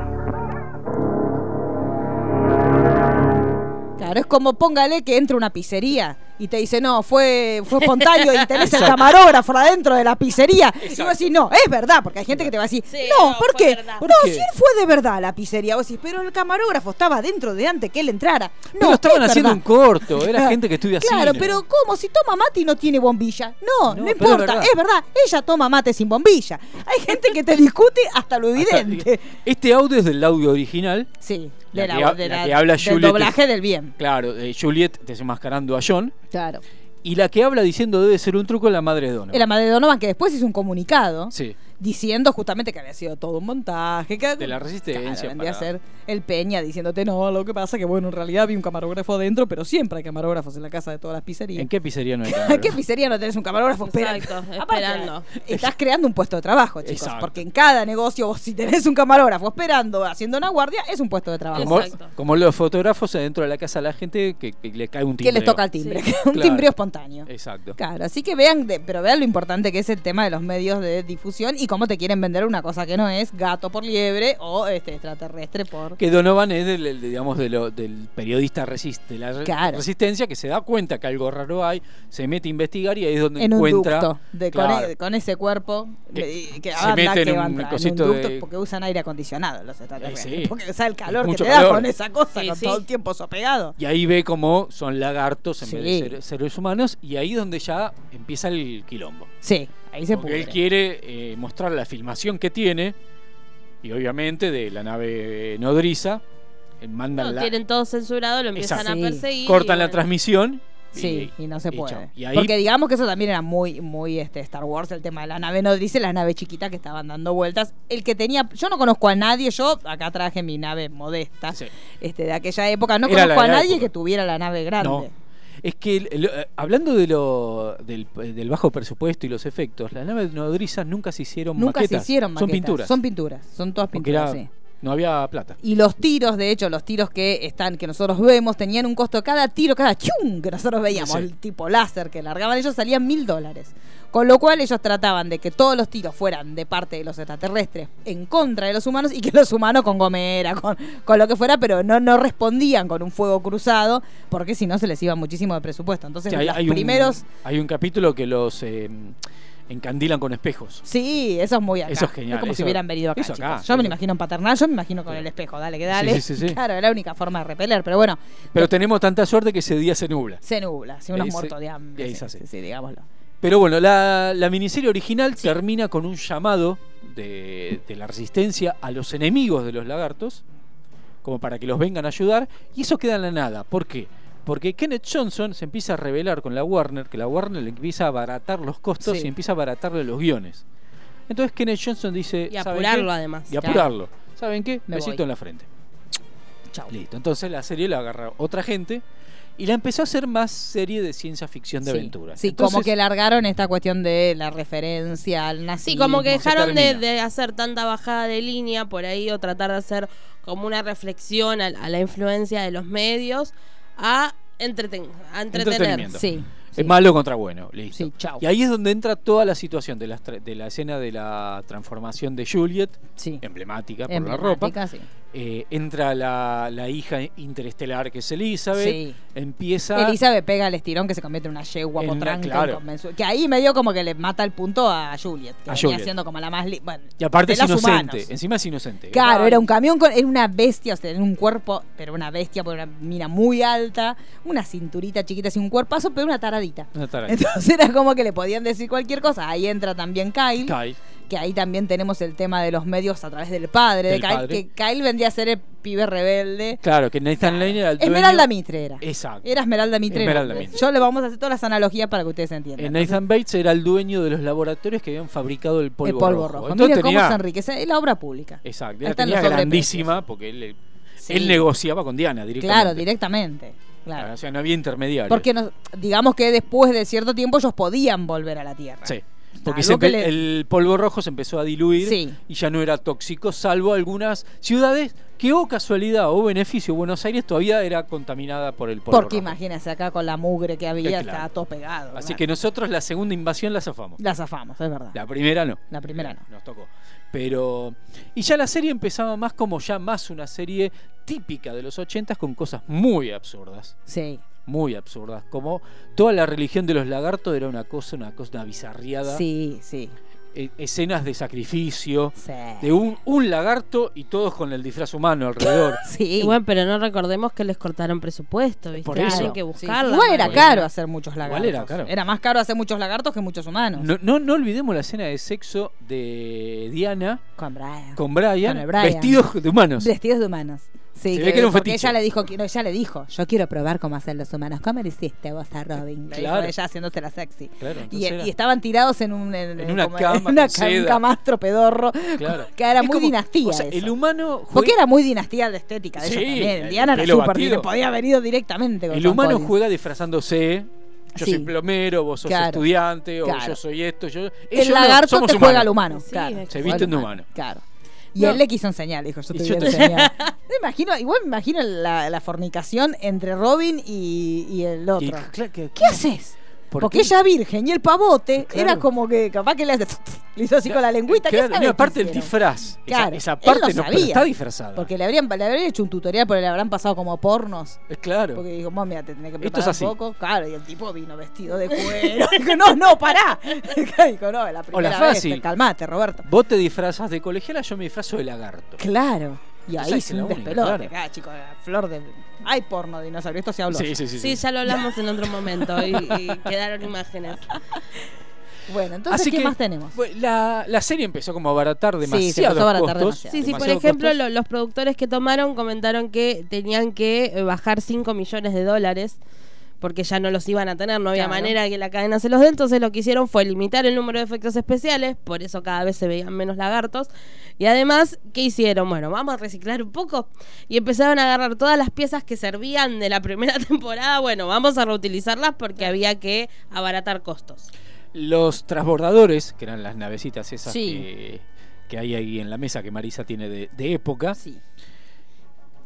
S5: Claro, es como póngale que entra una pizzería y te dice, no, fue, fue espontáneo y tenés el camarógrafo adentro de la pizzería. Y vos decís, no, es verdad, porque hay gente que te va a decir, no, ¿por qué?
S4: ¿Por
S5: no,
S4: qué?
S5: sí fue de verdad la pizzería. Vos decís, pero el camarógrafo estaba dentro de antes que él entrara. No,
S4: Pero estaban
S5: es
S4: haciendo
S5: verdad.
S4: un corto, era gente que estudia
S5: Claro,
S4: cine.
S5: pero ¿cómo? Si toma mate y no tiene bombilla. No, no,
S4: pero es
S5: importa, es
S4: verdad.
S5: verdad. ella toma mate sin bombilla. Hay gente que te discute hasta
S4: (laughs)
S5: lo evidente.
S4: Este audio es del audio original.
S5: Sí,
S4: La
S5: de la,
S4: que ha-
S5: de
S4: la
S5: la-
S4: que habla
S5: del
S4: Juliet
S5: doblaje
S4: es-
S5: del bien.
S4: Claro, eh, Juliet desenmascarando a John.
S5: Claro.
S4: Y la que habla diciendo debe ser un truco la madre de Donovan.
S5: La madre de Donovan que después hizo un comunicado
S4: Sí.
S5: diciendo justamente que había sido todo un montaje. Que,
S4: De la resistencia
S5: vendría a
S4: para-
S5: ser el Peña diciéndote, no, lo que pasa que bueno, en realidad vi un camarógrafo adentro, pero siempre hay camarógrafos en la casa de todas las pizzerías.
S4: ¿En qué pizzería no hay
S5: ¿En (laughs) qué
S4: camarógrafo?
S5: pizzería no tenés un camarógrafo? Espera.
S6: Exacto,
S5: Aparte,
S6: esperando.
S5: Estás creando un puesto de trabajo, chicos.
S4: Exacto.
S5: Porque en cada negocio, vos, si tenés un camarógrafo esperando, haciendo una guardia, es un puesto de trabajo.
S4: Como, como los fotógrafos adentro de la casa de la gente que, que le cae un timbre.
S5: Que les toca el timbre. (laughs) un timbreo espontáneo.
S4: Exacto.
S5: Claro, así que vean, de- pero vean lo importante que es el tema de los medios de difusión y cómo te quieren vender una cosa que no es gato por liebre o este extraterrestre por.
S4: Que Donovan es del, del- digamos, de lo- del periodista resiste, de la re-
S5: Claro.
S4: resistencia que se da cuenta que algo raro hay, se mete a investigar y ahí es donde
S5: En un
S4: encuentra.
S5: ducto, de- con,
S4: Claro.
S5: e- con ese cuerpo
S4: Que
S5: le- que
S4: se
S5: anda,
S4: mete en
S5: que
S4: un
S5: va a entrar, en un
S4: cosito
S5: ducto
S4: de-
S5: porque usan aire acondicionado los extraterrestres.
S4: Eh, sí.
S5: Porque usa el calor
S4: Mucho
S5: que te da
S4: calor.
S5: con esa cosa,
S6: Sí,
S5: con
S6: sí.
S5: todo el tiempo sopegado.
S4: Y ahí ve cómo son lagartos en
S5: Sí.
S4: vez de ser- seres humanos y ahí es donde ya empieza el quilombo.
S5: Sí, ahí se
S4: Porque
S5: pudre.
S4: él quiere eh, mostrar la filmación que tiene y obviamente de la nave nodriza eh, mandan
S6: No,
S4: la
S6: tienen todo censurado, lo empiezan
S4: Exacto.
S6: a perseguir.
S4: cortan
S6: y
S4: la
S6: bueno.
S4: transmisión. y-
S5: Sí, y no se
S4: y
S5: puede.
S4: chao. Y ahí-
S5: Porque digamos que eso también era muy, muy este Star Wars, el tema de la nave nodriza y las naves chiquitas que estaban dando vueltas. El que tenía, yo no conozco a nadie, yo acá traje mi nave modesta, este, de aquella época, no
S4: Era la
S5: conozco a
S4: de la
S5: nadie
S4: época.
S5: que tuviera la nave grande.
S4: No. Es que el- el- eh, hablando de lo, del, del bajo presupuesto y los efectos, las naves nodrizas nunca se hicieron
S5: Nunca
S4: maquetas.
S5: se hicieron maquetas.
S4: Son pinturas.
S5: Son pinturas, son todas
S4: Porque
S5: pinturas,
S4: era-
S5: sí.
S4: no había plata.
S5: Y los tiros, de hecho, los tiros que están, que nosotros vemos, tenían un costo cada tiro, cada chum que nosotros veíamos,
S4: Sí.
S5: el tipo láser que largaban ellos salían mil dólares. Con lo cual ellos trataban de que todos los tiros fueran de parte de los extraterrestres en contra de los humanos y que los humanos con gomera, con, con lo que fuera, pero no, no respondían con un fuego cruzado, porque si no se les iba muchísimo de presupuesto. Entonces,
S4: Sí, hay,
S5: los
S4: hay un,
S5: primeros,
S4: hay un capítulo que los eh, encandilan con espejos.
S5: sí, eso es muy acá.
S4: Eso es genial,
S5: como si
S4: eso-
S5: hubieran venido acá.
S4: eso acá,
S5: chicos. Yo me
S4: sí.
S5: lo imagino en paternal, yo me imagino con el espejo, dale que dale.
S4: Sí, sí, sí, sí.
S5: (laughs) Claro, era la única forma de repeler, pero bueno.
S4: Pero tenemos tanta suerte que ese día se nubla.
S5: se nubla, si uno
S4: Ese-
S5: es muerto de hambre.
S4: es
S5: sí,
S4: así.
S5: sí, sí, digámoslo.
S4: Pero bueno, la, la miniserie original termina con un llamado de, de la resistencia a los enemigos de los lagartos, como para que los vengan a ayudar, y eso queda en la nada. ¿Por qué? Porque Kenneth Johnson se empieza a rebelar con la Warner, que la Warner le empieza a abaratar los costos
S6: Sí.
S4: y empieza a abaratarle los guiones. Entonces Kenneth Johnson dice...
S6: Y
S4: "¿Saben
S6: apurarlo,
S4: qué?
S6: además,
S4: Y
S6: claro.
S4: apurarlo. ¿Saben qué?
S6: Me
S4: Besito
S6: voy.
S4: en la frente. Listo. Entonces la serie la agarra otra gente y la empezó a hacer más serie de ciencia ficción de
S5: Sí,
S4: aventura.
S5: Sí, como que largaron esta cuestión de la referencia al nazismo.
S6: Sí, como que
S5: se
S6: dejaron de,
S5: termina.
S6: de hacer tanta bajada de línea por ahí o tratar de hacer como una reflexión a, a la influencia de los medios a, entreten- a entretener.
S4: Entretenimiento.
S6: Sí.
S4: Es malo contra bueno, listo.
S5: Sí, chau.
S4: Y ahí es donde entra toda la situación de la, de la escena de la transformación de Juliet, emblemática por la ropa.
S5: Emblemática, sí.
S4: Eh, entra la, la hija interestelar que es Elizabeth.
S5: Sí.
S4: Empieza.
S5: Elizabeth pega el estirón que se convierte en una yegua
S4: En una-
S5: potranca
S4: claro.
S5: inconmensu- Que ahí medio como que le mata el punto a Juliet, que
S4: A
S5: venía
S4: Juliet.
S5: siendo como la más... li- Bueno,
S4: Y aparte
S5: de
S4: es
S5: las
S4: inocente.
S5: humanos.
S4: Encima es inocente.
S5: Claro, era un camión con. Era una bestia, o sea, era un cuerpo, pero una bestia, por una mina muy alta, una cinturita chiquita, así un cuerpazo, pero una taradita.
S4: Una taradita.
S5: Entonces era como que le podían decir cualquier cosa. Ahí entra también Kyle.
S4: Kyle.
S5: Que ahí también tenemos el tema de los medios a través del padre
S4: Del
S5: de Kyle.
S4: padre.
S5: Que Kyle vendría a ser el pibe rebelde.
S4: Claro, que Nathan Lane era el dueño-
S5: Esmeralda Mitre era.
S4: Exacto.
S5: Era Esmeralda Mitre.
S4: Esmeralda
S5: ¿no?
S4: Mitre.
S5: Yo le vamos a hacer todas las analogías para que ustedes
S4: Eh,
S5: entiendan.
S4: Nathan Bates era el dueño de los laboratorios que habían fabricado el polvo,
S5: el polvo rojo.
S4: rojo.
S5: Mira
S4: Entonces
S5: cómo
S4: tenía-
S5: se enriquece. Es la obra pública.
S4: Exacto,
S5: Ahí
S4: la
S5: están
S4: tenía
S5: los sobreprecios.
S4: grandísima porque él,
S5: Sí.
S4: él negociaba con Diana directamente. Ah,
S5: Claro, directamente. Claro.
S4: O sea, no había intermediarios.
S5: Porque nos- digamos que después de cierto tiempo ellos podían volver a la Tierra.
S4: Sí. Porque
S5: Salvo
S4: se empe-
S5: que le-
S4: el polvo rojo se empezó a diluir
S5: Sí.
S4: y ya no era tóxico, salvo algunas ciudades que, o casualidad o beneficio, Buenos Aires todavía era contaminada por el polvo
S5: Porque
S4: rojo.
S5: imagínense acá con la mugre que había,
S4: Eh, claro.
S5: estaba todo pegado.
S4: Así que nosotros la segunda invasión la zafamos.
S5: La zafamos, es verdad.
S4: La primera no.
S5: La primera no.
S4: Nos tocó. Pero. Y ya la serie empezaba más como ya más una serie típica de los 80 con cosas muy absurdas.
S5: Sí.
S4: muy absurdas, como toda la religión de los lagartos era una cosa, una cosa, una bizarriada.
S5: Sí, sí.
S4: E- escenas de sacrificio, de un, un lagarto y todos con el disfraz humano alrededor.
S5: Sí.
S6: Y bueno, pero no recordemos que les cortaron presupuesto, ¿viste?
S4: Por eso.
S6: Tienen que buscarla.
S5: Sí. Igual era
S4: Igual
S5: caro
S4: era-
S5: hacer muchos
S4: igual
S5: lagartos.
S4: era caro.
S5: más caro hacer muchos lagartos que muchos humanos.
S4: No, no, no olvidemos la escena de sexo de Diana
S5: Con Brian.
S4: con Brian,
S5: Con el Brian.
S4: vestidos de humanos.
S5: Vestidos de humanos. Sí,
S4: Se ve que era un
S5: porque
S4: fetiche.
S5: ella le dijo, que- no, ella le dijo, yo quiero probar cómo hacer los humanos. ¿Cómo le hiciste vos a Robin? Le dijo
S4: Claro.
S5: ella haciéndose la sexy.
S4: Claro,
S5: Y,
S4: entonces era-
S5: y estaban tirados en un en-
S4: En una
S5: como-
S4: cama
S5: en
S4: con
S5: una ca- un
S4: seda.
S5: camastro pedorro. (laughs)
S4: Claro.
S5: Que era
S4: Es
S5: muy
S4: como-
S5: dinastía.
S4: o sea,
S5: eso.
S4: el humano juega-
S5: Porque era muy dinastía de estética de
S4: Sí,
S5: ellos también.
S4: el
S5: Diana era
S4: pelo
S5: súper
S4: batido.
S5: bien, podía haber ido directamente con
S4: El
S5: Tom
S4: humano
S5: Collins.
S4: juega disfrazándose. ¿eh? Yo
S5: Sí.
S4: soy plomero, vos sos
S5: Claro,
S4: estudiante, o
S5: claro.
S4: yo soy esto, yo.
S5: El
S4: Ellos no,
S5: lagarto
S4: somos
S5: te
S4: humanos.
S5: juega al humano. claro.
S4: Se visten de humano.
S5: Claro. Y
S4: No.
S5: él le quiso enseñar, le dijo, yo te
S4: Y
S5: voy
S4: yo
S5: a
S4: te-
S5: enseñar. (laughs) Me imagino, igual me imagino la, la fornicación entre Robin y, y el otro.
S4: Y, claro, que-
S5: ¿Qué haces?
S4: ¿por
S5: Porque
S4: qué?
S5: ella virgen y el pavote
S4: Claro.
S5: era como que capaz que le, hace (laughs) le hizo así con la lengüita. ¿Qué
S4: Claro,
S5: sabe
S4: no,
S5: qué
S4: aparte el
S5: hicieron?
S4: disfraz. Esa-
S5: Claro,
S4: esa,
S5: él
S4: parte
S5: no
S4: no, pero
S5: sabía.
S4: está disfrazada.
S5: Porque le habrían, le habrían hecho un tutorial, pero le habrán pasado como pornos.
S4: Es claro.
S5: Porque dijo, mami, mira, te tenés
S4: Esto
S5: que
S4: es
S5: preparar
S4: así.
S5: un poco. Claro, y el tipo vino vestido de cuero. (laughs) dijo, no, no, pará. (laughs) dijo, no, la primera
S4: fácil.
S5: vez, te calmate, Roberto.
S4: Vos te disfrazas de colegiala, yo me disfrazo de lagarto.
S5: Claro. Y
S4: Esa
S5: ahí
S4: es
S5: es
S4: la
S5: un
S4: única,
S5: despelote.
S4: claro.
S5: Ah, chicos, la flor de... Hay porno de dinosaurio, esto se habló.
S4: Sí, sí, sí,
S6: Sí, ya lo hablamos en otro momento y, y quedaron imágenes.
S5: Bueno, entonces,
S4: Así
S5: ¿qué
S4: que-
S5: más tenemos?
S4: Bueno, La, la serie empezó como a abaratar demasiado.
S5: se empezó a abaratar demasiado.
S6: Sí, sí, por ejemplo, lo- los productores que tomaron comentaron que tenían que eh, bajar 5 millones de dólares porque ya no los iban a tener, no había
S5: Claro.
S6: manera de que la cadena se los dé, entonces lo que hicieron fue limitar el número de efectos especiales, por eso cada vez se veían menos lagartos, y además, ¿qué hicieron? Bueno, vamos a reciclar un poco, y empezaron a agarrar todas las piezas que servían de la primera (laughs) temporada, bueno, vamos a reutilizarlas porque había que abaratar costos.
S4: Los transbordadores, que eran las navecitas esas
S6: Sí.
S4: que, que hay ahí en la mesa que Marisa tiene de, de época.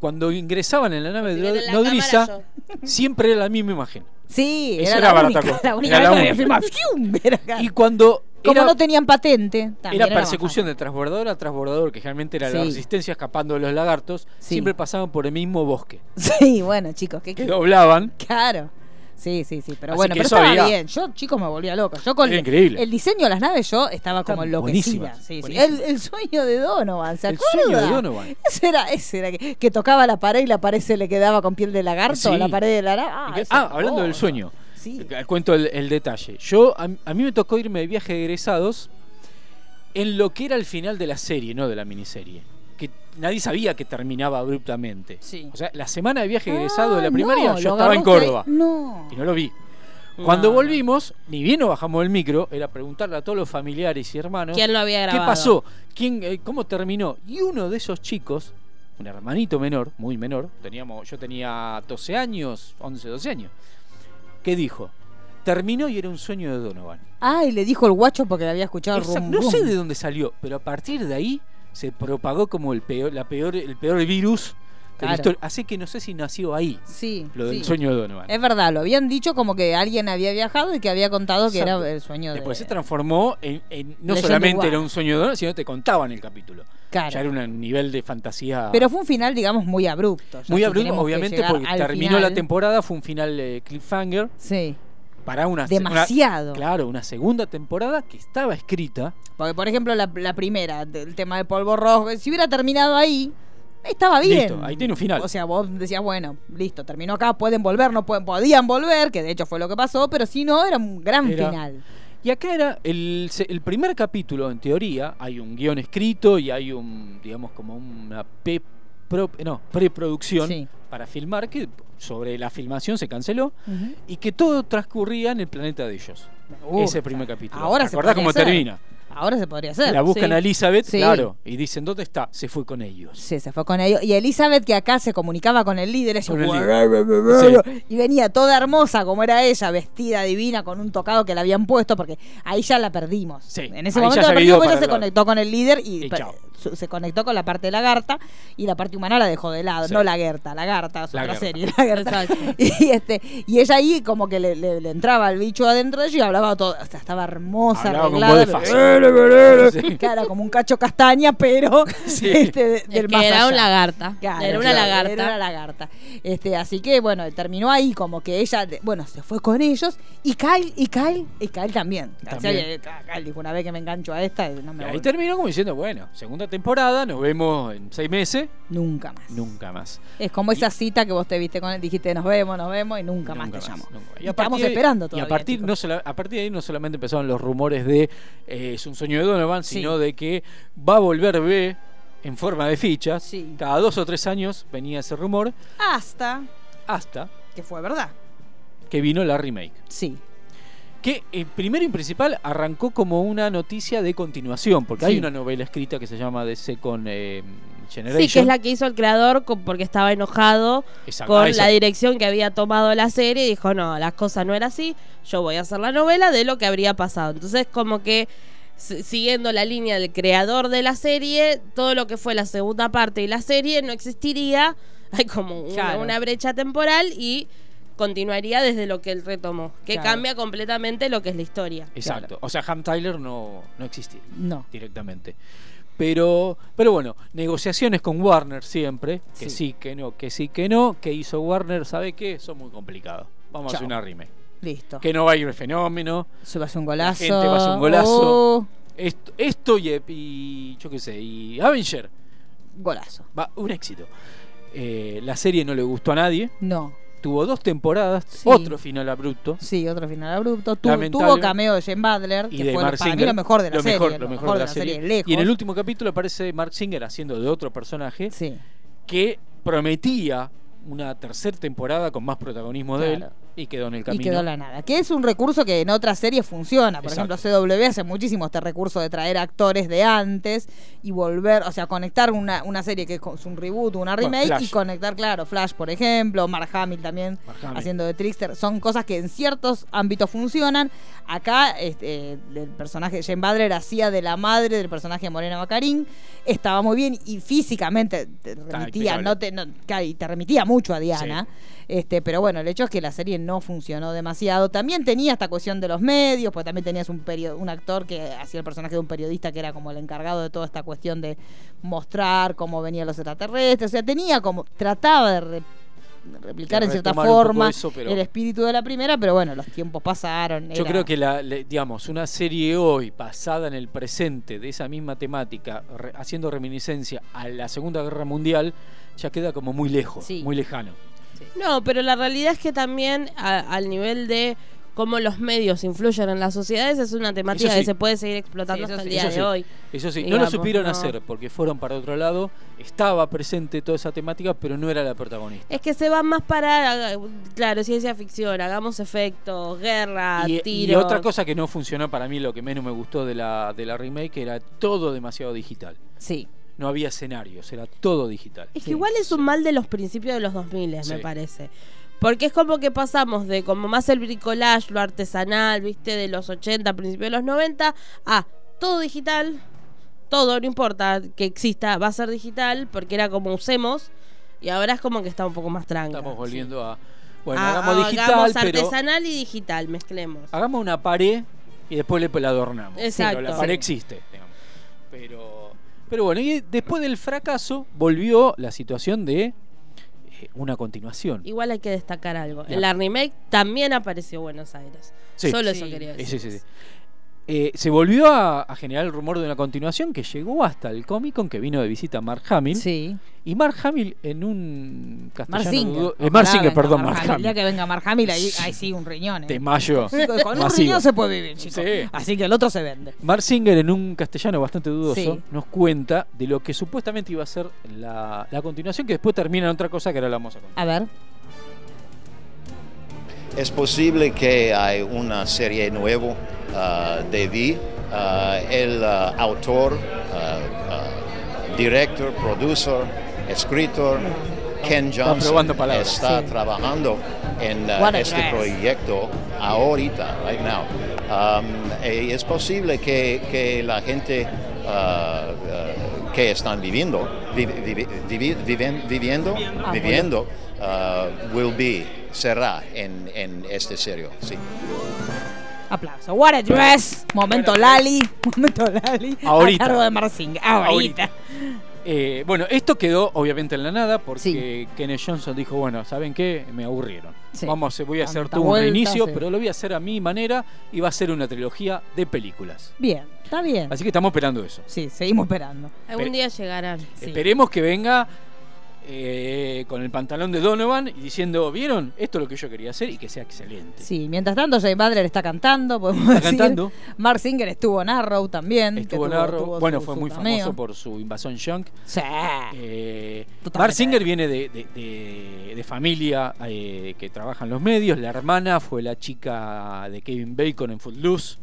S4: Cuando ingresaban en la nave
S6: vieron
S4: de
S6: la
S4: nodriza,
S6: cámara,
S4: siempre era la misma imagen.
S5: Sí,
S4: Eso
S5: era,
S4: era
S5: la,
S4: barata
S5: única,
S4: cosa.
S5: la única
S4: Era la
S5: vez que había
S4: única.
S5: filmado. ¡Fium! (laughs) Era acá.
S4: Y cuando
S5: Como
S4: era,
S5: no tenían patente, también
S4: era
S5: era
S4: persecución de transbordador a transbordador, que generalmente era la
S5: Sí.
S4: resistencia escapando de los lagartos,
S5: Sí.
S4: siempre pasaban por el mismo bosque.
S5: bajón. (laughs) Sí, bueno, chicos, qué
S4: Que doblaban.
S5: Claro. Sí, sí, sí, pero
S4: Así
S5: bueno,
S4: que
S5: pero
S4: eso
S5: estaba
S4: había-
S5: bien. Yo, chicos, me volvía loca. Yo con
S4: Era increíble.
S5: el diseño de las naves yo estaba como
S4: Están
S5: enloquecida.
S4: buenísimas,
S5: Sí, sí.
S4: buenísimas.
S5: El, el sueño de Donovan, ¿se
S4: El
S5: acuerda?
S4: sueño de Donovan.
S5: Ese era, ese era que, que tocaba la pared y la pared se le quedaba con piel de lagarto,
S4: Sí.
S5: la pared de la Ah,
S4: Y que-
S5: esa
S4: ah, hablando del
S5: cosa.
S4: sueño.
S5: Sí.
S4: Eh, Cuento el, el detalle. Yo a, a mí me tocó irme de viaje de egresados en lo que era el final de la serie, no de la miniserie. Que nadie sabía que terminaba abruptamente.
S5: Sí.
S4: O sea, la semana de viaje de egresado de
S5: Ah,
S4: la primaria
S5: no,
S4: yo
S5: lo
S4: estaba en
S5: agarró usted-
S4: Córdoba
S5: No.
S4: y no lo vi. Cuando
S6: No.
S4: volvimos, ni bien nos bajamos del micro, era preguntarle a todos los familiares y hermanos
S6: ¿Quién lo había
S4: qué
S6: grabado?
S4: pasó, ¿Quién, eh, cómo terminó. Y uno de esos chicos, un hermanito menor, muy menor, teníamos, yo tenía 12 años, 11, 12 años, que dijo, terminó y era un sueño de Donovan.
S5: Ah, y le dijo el guacho porque le había escuchado
S4: Exacto,
S5: rum,
S4: no
S5: rum.
S4: sé de dónde salió, pero a partir de ahí se propagó como el peor, la peor, el peor virus de
S5: Claro.
S4: la historia. Así que no sé si nació ahí
S5: Sí.
S4: lo del
S5: sí.
S4: sueño de Donovan.
S5: Es verdad, lo habían dicho como que alguien había viajado y que había contado que
S4: Exacto.
S5: era el sueño
S4: Después se
S5: de.
S4: transformó en, en- no
S5: Leyenda
S4: solamente
S5: urbana.
S4: era un sueño de Donovan, sino te contaban el capítulo.
S5: Claro.
S4: Ya era un nivel de fantasía
S5: Pero fue un final, digamos, muy abrupto. Ya
S4: Ah. muy
S5: si
S4: abrupto,
S5: tenemos que
S4: obviamente,
S5: llegar
S4: porque
S5: al
S4: terminó la
S5: final,
S4: temporada, fue un final eh, cliffhanger
S5: Sí.
S4: para una una-
S5: Demasiado.
S4: claro, una segunda temporada que estaba escrita.
S5: Porque, por ejemplo, la, la primera, el tema del polvo rojo, si hubiera terminado ahí, estaba bien.
S4: Listo, ahí tiene un final.
S5: O sea, vos decías, bueno, listo, terminó acá, pueden volver, no pueden, podían volver, que de hecho fue lo que pasó, pero si no, era un gran
S4: Era-
S5: final.
S4: Y acá era el, se- el primer capítulo, en teoría, hay un guión escrito y hay un, digamos, como una pe- pro- no, preproducción
S5: Sí.
S4: para filmar, que sobre la filmación se canceló, y que todo transcurría en el planeta de ellos.
S5: gusta.
S4: Ese primer capítulo.
S5: Uh, Ahora
S4: ¿Te
S5: se
S4: acordás
S5: podría
S4: cómo
S5: hacer.
S4: termina?
S5: Ahora se podría hacer.
S4: La buscan
S5: Sí.
S4: a Elizabeth,
S5: Sí.
S4: claro, y dicen, ¿dónde está? Se fue con ellos.
S5: Sí, se fue con ellos. Y Elizabeth, que acá se comunicaba con el líder, ella,
S4: Con el
S5: "Guau,
S4: líder".
S5: guau, guau, guau".
S4: Sí.
S5: y venía toda hermosa como era ella, vestida divina, con un tocado que le habían puesto, porque ahí ya la perdimos.
S4: Sí,
S5: En ese
S4: ahí ya
S5: momento
S4: se
S5: la
S4: había
S5: perdimos,
S4: ido
S5: porque
S4: para
S5: ella se
S4: el lado.
S5: conectó con el líder y,
S4: Y
S5: per-
S4: chao.
S5: su- se conectó con la parte de lagarta y la parte humana la dejó de lado,
S6: Sí.
S5: no lagarta, lagarta, es otra
S6: Lagarta.
S5: serie, lagarta.
S4: (laughs)
S5: Y, este, y ella ahí como que le, le- le entraba el bicho adentro de ella y hablaba todo, o sea, estaba hermosa,
S4: Hablaba con
S5: arreglada,
S4: voz de
S5: pero-
S4: Fácil.
S5: (laughs)
S4: Sí.
S5: Claro, como un cacho
S4: (laughs)
S5: castaña, pero este, de- del
S10: que
S5: más
S10: era un
S5: allá.
S10: lagarta.
S5: Claro,
S10: Era una
S5: claro,
S10: lagarta.
S5: Era una lagarta. Este, así que bueno, terminó ahí como que ella, de- bueno, se fue con ellos y Kyle, y Kyle, y Kyle también. O sea,
S4: También.
S5: que- Kyle dijo, una vez que me engancho a esta, no
S4: Y
S5: me
S4: ahí
S5: voy.
S4: terminó como diciendo, bueno, segunda temporada, nos vemos en seis meses.
S5: Nunca más.
S4: Nunca más.
S5: Es como esa cita que vos te viste con él, dijiste nos vemos, nos vemos y nunca, más te llamo.
S4: Y
S5: Y
S4: a
S5: Estamos
S4: partir de-
S5: esperando
S4: Y
S5: todavía.
S4: a partir, no sola- a partir de ahí no solamente empezaron los rumores de eh, es un sueño de Donovan, sino de que va a volver B en forma de fichas. Cada dos o tres años venía ese rumor
S5: Hasta
S4: hasta
S5: que fue verdad.
S4: que vino la remake.
S5: Sí.
S4: Que eh, primero y principal arrancó como una noticia de continuación, porque hay
S6: Sí.
S4: una novela escrita que se llama The Second eh, Generation.
S6: Sí, que es la que hizo el creador con- porque estaba enojado
S4: Exacto. Ah,
S6: con
S4: esa.
S6: la dirección que había tomado la serie y dijo, no, las cosas no eran así, yo voy a hacer la novela de lo que habría pasado. Entonces, como que si- siguiendo la línea del creador de la serie, todo lo que fue la segunda parte y la serie no existiría, (laughs) hay como una,
S5: Claro.
S6: una brecha temporal y continuaría desde lo que él retomó, que
S4: Claro.
S6: cambia completamente lo que es la historia.
S4: Exacto. O sea, Ham Tyler no, no existía.
S5: No.
S4: Directamente. Pero, pero bueno, negociaciones con Warner siempre. Que sí.
S6: Sí.
S4: que no, que sí, que no. Que hizo Warner? ¿Sabe qué? Son muy complicados. Vamos a hacer
S5: Chao.
S4: una remake.
S5: Listo.
S4: Que no va a ir el fenómeno.
S5: Se va a hacer un golazo.
S4: La gente va a hacer un golazo.
S5: Oh,
S4: Esto, esto y, y yo qué sé, y Avenger.
S5: golazo.
S4: Va, un éxito. Eh, la serie no le gustó a nadie.
S5: No.
S4: Tuvo dos temporadas,
S5: Sí.
S4: otro final abrupto.
S5: Sí, otro final abrupto. Tu-
S4: Lamentable.
S5: tuvo cameo de Jane Butler,
S4: y
S5: que
S4: de
S5: fue
S4: Mark
S5: para mí
S4: Singer.
S5: lo mejor de la
S4: Lo
S5: serie.
S4: mejor-
S5: lo mejor de la serie, lejos.
S4: Y en el último capítulo aparece Mark Singer haciendo de otro personaje que prometía una tercera temporada con más protagonismo de él
S5: Claro.
S4: y quedó en el
S5: y
S4: camino.
S5: quedó la nada. Que es un recurso que en otras series funciona. Por
S4: Exacto.
S5: ejemplo, CW hace muchísimo este recurso de traer actores de antes y volver, o sea, conectar una, una serie que es con- es un reboot, una
S6: Bueno,
S5: remake y
S6: Flash.
S5: conectar, claro, Flash, por ejemplo, Mark Hamill también
S6: Hamill.
S5: haciendo de Trickster. Son cosas que en ciertos ámbitos funcionan. Acá este, eh, el personaje de Jane Badler hacía de la madre del personaje de Morena Bacarín. Estaba muy bien y físicamente te remitía,
S6: impecable.
S5: no te, no- claro, y te remitía mucho a Diana. Este, pero bueno, el hecho es que la serie no funcionó demasiado. También tenía esta cuestión de los medios, pues también tenías un, perio- un actor que hacía el personaje de un periodista que era como el encargado de toda esta cuestión de mostrar cómo venían los extraterrestres. O sea, tenía como, trataba de re- replicar
S4: De
S5: en cierta
S4: retomar un poco
S5: forma
S4: eso, pero-
S5: el espíritu de la primera, pero bueno, los tiempos pasaron.
S4: Yo
S5: era-
S4: creo que, la, le- digamos, una serie hoy basada en el presente de esa misma temática, re- haciendo reminiscencia a la Segunda Guerra Mundial, ya queda como muy lejos, muy lejano.
S6: No, pero la realidad es que también a- al nivel de cómo los medios influyen en las sociedades es una temática
S4: Eso sí.
S6: que se puede seguir explotando
S4: Sí, eso
S6: hasta el
S4: sí.
S6: día
S4: Eso
S6: de
S4: sí.
S6: hoy.
S4: Eso sí, no lo
S6: Digamos,
S4: supieron
S6: no.
S4: hacer porque fueron para otro lado, estaba presente toda esa temática, pero no era la protagonista.
S6: Es que se va más para, claro, ciencia ficción, hagamos efectos, guerra,
S4: Y,
S6: tiro.
S4: y otra cosa que no funcionó para mí, lo que menos me gustó de la, de la remake, era todo demasiado digital.
S5: Sí.
S4: No había escenarios, era todo digital.
S6: Es que igual es un mal de los principios de los 2000,
S4: Sí.
S6: me parece. Porque es como que pasamos de como más el bricolage, lo artesanal, viste, de los 80, principios de los 90, a todo digital, todo, no importa que exista, va a ser digital, porque era como usemos, y ahora es como que está un poco más tranca.
S4: Estamos volviendo a. Bueno,
S6: A-
S4: hagamos digital,
S6: Ah, hagamos
S4: pero. Ah.
S6: artesanal y digital, mezclemos.
S4: Hagamos una pared y después le pues, la adornamos.
S6: Exacto.
S4: Pero la pared
S6: Sí.
S4: existe. digamos. Pero, pero bueno, y después del fracaso volvió la situación de eh, una continuación.
S6: Igual hay que destacar algo.
S4: Ya.
S6: En la remake también apareció Buenos Aires.
S4: Sí.
S6: Solo eso quería decir.
S4: Sí, sí, sí. Eh, se volvió a, a generar el rumor de una continuación que llegó hasta el Comic Con que vino de visita Mark Hamill.
S5: Sí.
S4: Y Mark Hamill en un castellano.
S5: Mark Singer.
S4: dudo- eh,
S5: Ojalá
S4: Mark Singer,
S5: venga
S4: perdón,
S5: Mark
S4: Mark
S5: Hamill. El día
S4: Hamill.
S5: que venga Mark Hamill, ahí, ahí sí, un riñón. ¿eh?
S4: Te
S5: (laughs)
S4: mayo.
S5: Sí, con- con un
S4: masivo.
S5: riñón se puede vivir, chicos.
S4: Sí.
S5: Así que el otro se vende.
S4: Mark Singer, en un castellano bastante dudoso,
S5: Sí.
S4: nos cuenta de lo que supuestamente iba a ser la, la continuación, que después termina en otra cosa que ahora la vamos a contar.
S5: A ver.
S14: Es posible que hay una serie nueva ah, de Vi. Ah, el ah, autor, ah, ah, director, producer, escritor, Ken Johnson
S4: probando palabras.
S14: está
S4: Sí.
S14: trabajando en ah,
S4: What a
S14: este
S4: dress.
S14: proyecto ahorita, right now. Um, eh, es posible que, que la gente ah, ah, que están viviendo, vi- vi- vi- viven- viviendo,
S5: Ah,
S14: viviendo, ah, will be, será en, en este serio. Sí.
S5: Aplauso. What a dress. Momento Lali. (laughs) Momento Lali.
S4: Ahorita.
S5: A cargo de Marcing. Ahorita.
S4: Eh, bueno, esto quedó obviamente en la nada porque Kenneth Johnson dijo, bueno, ¿saben qué? Me aburrieron.
S5: Sí.
S4: Vamos, eh, voy a hacer
S5: Tanta
S4: todo un
S5: vuelta,
S4: reinicio,
S5: sí.
S4: pero lo voy a hacer a mi manera y va a ser una trilogía de películas.
S5: Bien, está bien.
S4: Así que estamos esperando eso.
S5: Sí, seguimos esperando.
S6: Algún día llegarán.
S4: eh,
S6: sí.
S4: Esperemos que venga eh, con el pantalón de Donovan y diciendo, ¿vieron? Esto es lo que yo quería hacer y que sea excelente.
S5: Sí, mientras tanto, Jay Butler está cantando. Podemos
S4: Está
S5: decir.
S4: cantando.
S5: Mark Singer estuvo en Arrow también. que
S4: Estuvo en
S5: tuvo-
S4: Arrow.
S5: tuvo
S4: bueno,
S5: su-
S4: fue
S5: su
S4: muy
S5: cameo.
S4: famoso por su invasión junk.
S5: Sí.
S4: Eh,
S5: Totalmente.
S4: Bart Singer viene de, de- de- de familia eh, que trabaja en los medios. La hermana fue la chica de Kevin Bacon en Footloose.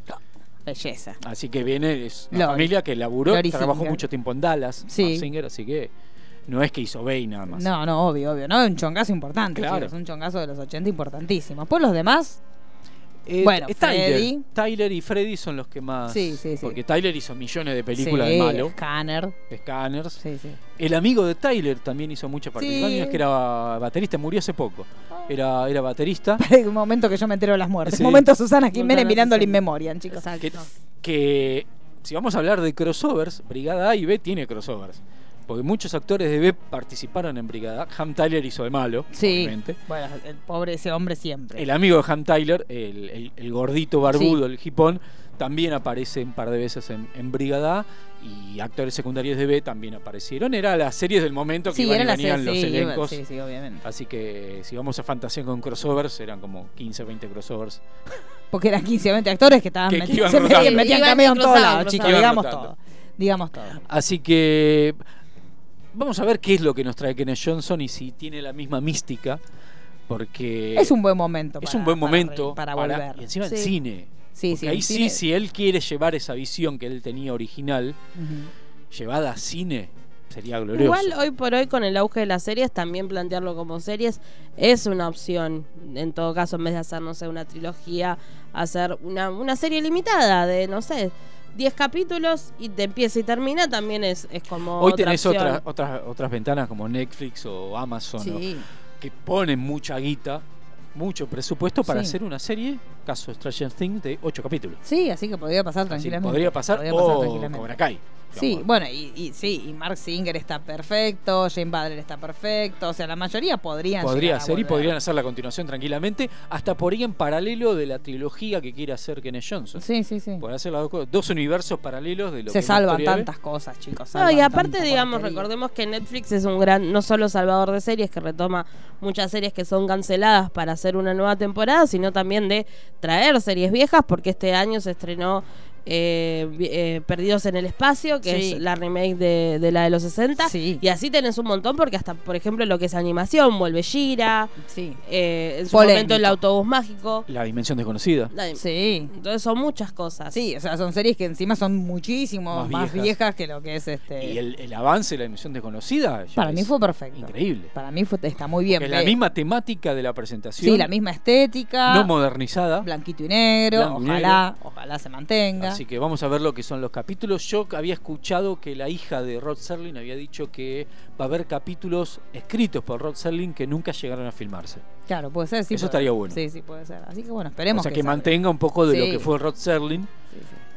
S5: Belleza.
S4: Así que viene, es una
S5: Lori.
S4: familia que laburó,
S5: Lori
S4: trabajó
S5: Singer.
S4: mucho tiempo en Dallas,
S5: Sí.
S4: Bart Singer, así que no es que hizo Bay nada más.
S5: No, no, obvio, obvio. No, un chongazo importante.
S4: Claro.
S5: chicos, un chongazo de los 80 importantísimo. Pues los demás.
S4: Eh,
S5: bueno,
S4: eh, Tyler,
S5: Freddy.
S4: Tyler y Freddy son los que más.
S5: Sí, sí, sí.
S4: Porque Tyler hizo millones de películas
S5: Sí,
S4: de malo.
S5: Scanner.
S4: Scanners.
S5: Sí, sí.
S4: El amigo de Tyler también hizo muchas participaciones,
S5: Sí. Ah.
S4: que era baterista, murió hace poco. Era, era baterista.
S5: (laughs) Un momento que yo me entero de las muertes.
S4: Sí.
S5: Momento Susana Jiménez
S4: Susana
S5: mirando el
S4: Jiménez.
S5: Inmemorian, chicos.
S4: Que, que si vamos a hablar de crossovers, Brigada A y B tiene crossovers. Porque muchos actores de B participaron en Brigada A. Ham Tyler hizo de malo,
S5: Sí.
S4: obviamente.
S5: Bueno, el pobre ese hombre siempre.
S4: El amigo de Ham Tyler, el, el- el gordito barbudo, el hipón, también aparece un par de veces en, en Brigada A. Y actores secundarios de B también aparecieron. Era las series del momento que
S5: Sí,
S4: iban y
S5: era la
S4: venían
S5: serie,
S4: los
S5: sí, iba-
S4: elencos.
S5: sí, sí, obviamente.
S4: Así que si vamos a fantasía con crossovers, eran como 15, 20 crossovers.
S5: Porque eran 15 o 20 actores que estaban
S4: Que- que
S5: metidos.
S4: iban
S5: Se metían,
S4: rotando.
S5: metían
S4: Iban
S5: cameo en todos
S4: cruzando,
S5: lados, chicos.
S4: cruzando.
S5: Digamos
S4: Iban
S5: todo. Digamos todo.
S4: Así que vamos a ver qué es lo que nos trae Kenneth Johnson y si tiene la misma mística, porque
S5: es un buen momento.
S4: Eh, es
S5: para-
S4: un buen
S5: para-
S4: momento
S5: Para, volver.
S4: y encima
S5: Sí.
S4: el cine.
S5: Sí,
S4: Porque
S5: sí.
S4: ahí
S5: el
S4: sí,
S5: cine-
S4: si él quiere llevar esa visión que él tenía original, llevada a cine, sería glorioso.
S6: Igual hoy por hoy con el auge de las series, también plantearlo como series es una opción. En todo caso, en vez de hacer, no sé, una trilogía, hacer una, una serie limitada de, no sé, 10 capítulos y te empieza y termina, también es, es como...
S4: Hoy
S6: otra
S4: tenés
S6: opción.
S4: otras otras otras ventanas como Netflix o Amazon
S6: Sí.
S4: ¿no? que ponen mucha guita, mucho presupuesto para
S5: Sí.
S4: hacer una serie, caso Stranger Things, de ocho capítulos.
S5: Sí, así que podría pasar
S4: Así
S5: tranquilamente.
S4: podría pasar, o Cobra Kai.
S5: Sí, bueno, y, y sí, y Mark Singer está perfecto, Jane Butler está perfecto, o sea, la mayoría podrían
S4: Podría
S5: llegar a
S4: ser y
S5: volver.
S4: podrían hacer la continuación tranquilamente, hasta por ahí en paralelo de la trilogía que quiere hacer Kenneth Johnson.
S5: Sí, sí, sí.
S4: Podría hacer las dos, cosas, dos universos paralelos de lo que
S5: Se
S4: es la
S5: salvan
S4: historia de-
S5: tantas cosas, chicos.
S6: No, y
S5: salvan
S6: aparte,
S5: tanta
S6: digamos,
S5: porquería.
S6: recordemos que Netflix es un gran, no solo salvador de series, que retoma muchas series que son canceladas para hacer una nueva temporada, sino también de traer series viejas, porque este año se estrenó eh, vi- eh, Perdidos en el Espacio, que
S5: Sí.
S6: es la remake de, de la de los 60.
S5: Sí.
S6: Y así tenés un montón, porque hasta, por ejemplo, lo que es animación, vuelve Gira,
S5: sí.
S6: en su
S5: Polémico.
S6: momento el autobús mágico.
S4: La dimensión desconocida.
S6: La-
S5: Sí.
S6: Entonces son muchas cosas.
S5: Sí, o sea, son series que encima son muchísimo
S4: Más
S5: más,
S4: viejas.
S5: viejas. que lo que es este.
S4: Y el, el avance de la dimensión desconocida. ya
S5: Para mí
S4: es
S5: fue perfecto.
S4: Increíble.
S5: Para mí fue- está muy bien.
S4: Es la
S5: ve-
S4: misma temática de la presentación.
S5: sí, la misma estética.
S4: No modernizada.
S5: blanquito y negro.
S4: Blanco y
S5: ojalá, ojalá se mantenga.
S4: Así que vamos a ver lo que son los capítulos. Yo había escuchado que la hija de Rod Serling había dicho que va a haber capítulos escritos por Rod Serling que nunca llegaron a filmarse.
S5: Claro, puede ser. Sí,
S4: Eso
S5: puede-
S4: estaría bueno.
S5: Sí, sí, puede ser. Así que bueno, esperemos.
S4: o sea, que,
S5: que salga.
S4: mantenga un poco de lo
S5: Sí.
S4: que fue Rod Serling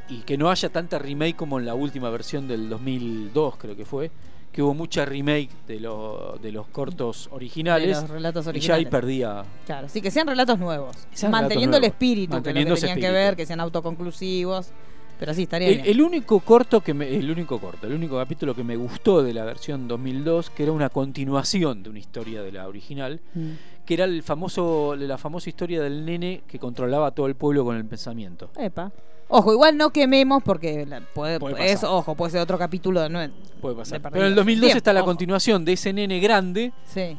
S4: y que no haya tanta remake como en la última versión del 2002, creo que fue, que hubo mucha remake de, lo- de los cortos originales.
S5: De los
S4: Y
S5: relatos
S4: ya ahí
S5: originales.
S4: perdía.
S5: Claro, sí, que sean relatos nuevos.
S4: sean
S5: manteniendo
S4: relatos nuevos,
S5: el espíritu
S4: manteniendo
S5: que,
S4: ese
S5: lo que tenían que
S4: espíritu.
S5: ver, que sean autoconclusivos. Pero sí, estaría
S4: El,
S5: bien.
S4: el único corto que me- el único corto, el único capítulo que me gustó de la versión 2002, que era una continuación de una historia de la original,
S5: Mm.
S4: que era el famoso la famosa historia del nene que controlaba a todo el pueblo con el pensamiento.
S5: Epa. Ojo, igual no quememos porque la- puede,
S4: Puede
S5: es-
S4: pasar.
S5: ojo, puede ser otro capítulo de nuevo.
S4: Puede pasar.
S5: De
S4: Pero en el
S5: perdido.
S4: 2002
S5: Bien,
S4: está la
S5: ojo.
S4: continuación de ese nene grande
S5: Sí,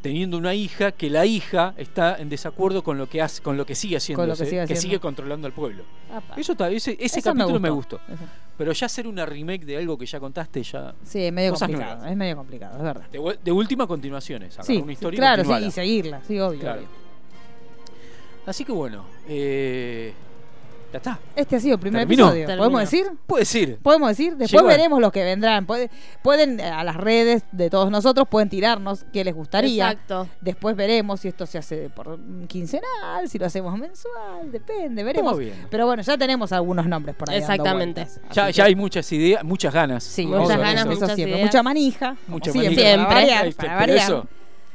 S4: teniendo una hija que la hija está en desacuerdo con lo que hace, con lo que sigue haciendo,
S5: Con lo que sigue haciendo.
S4: controlando al pueblo.
S5: Apa.
S4: Eso está, ese, ese
S5: Eso me
S4: capítulo me
S5: gustó.
S4: gustó. Pero ya hacer una remake de algo que ya contaste ya
S5: sí, es medio
S4: Cosas
S5: complicado.
S4: nuevas.
S5: Es medio complicado, es verdad.
S4: de, vu- de última continuaciones, agarrar
S5: Sí,
S4: una historia y
S5: claro, sí,
S4: continuarla.
S5: y seguirla, sí, obvio.
S4: Claro.
S5: obvio.
S4: Así que bueno, eh, Ya está.
S5: Este ha sido el primer
S4: Terminó.
S5: episodio. ¿Podemos decir?
S4: Terminó. Puede decir.
S5: Podemos decir, después
S4: Llegó.
S5: veremos los que vendrán. Puede- Pueden, eh, a las redes de todos nosotros, pueden tirarnos qué les gustaría.
S6: Exacto.
S5: Después veremos si esto se hace por mm, quincenal, si lo hacemos mensual, depende, veremos.
S4: Estamos bien.
S5: Pero bueno, ya tenemos algunos nombres por ahí. dando
S6: Exactamente.
S5: vueltas.
S4: Ya, ya hay muchas ideas, muchas ganas.
S5: Sí,
S4: Vamos
S5: muchas
S4: a ver
S5: ganas,
S4: eso.
S5: muchas Eso siempre. ideas. Mucha manija, como
S4: Mucha
S5: siempre,
S4: manija.
S5: para Siempre. variar,
S4: Este,
S5: para
S4: pero
S5: variar.
S4: Eso,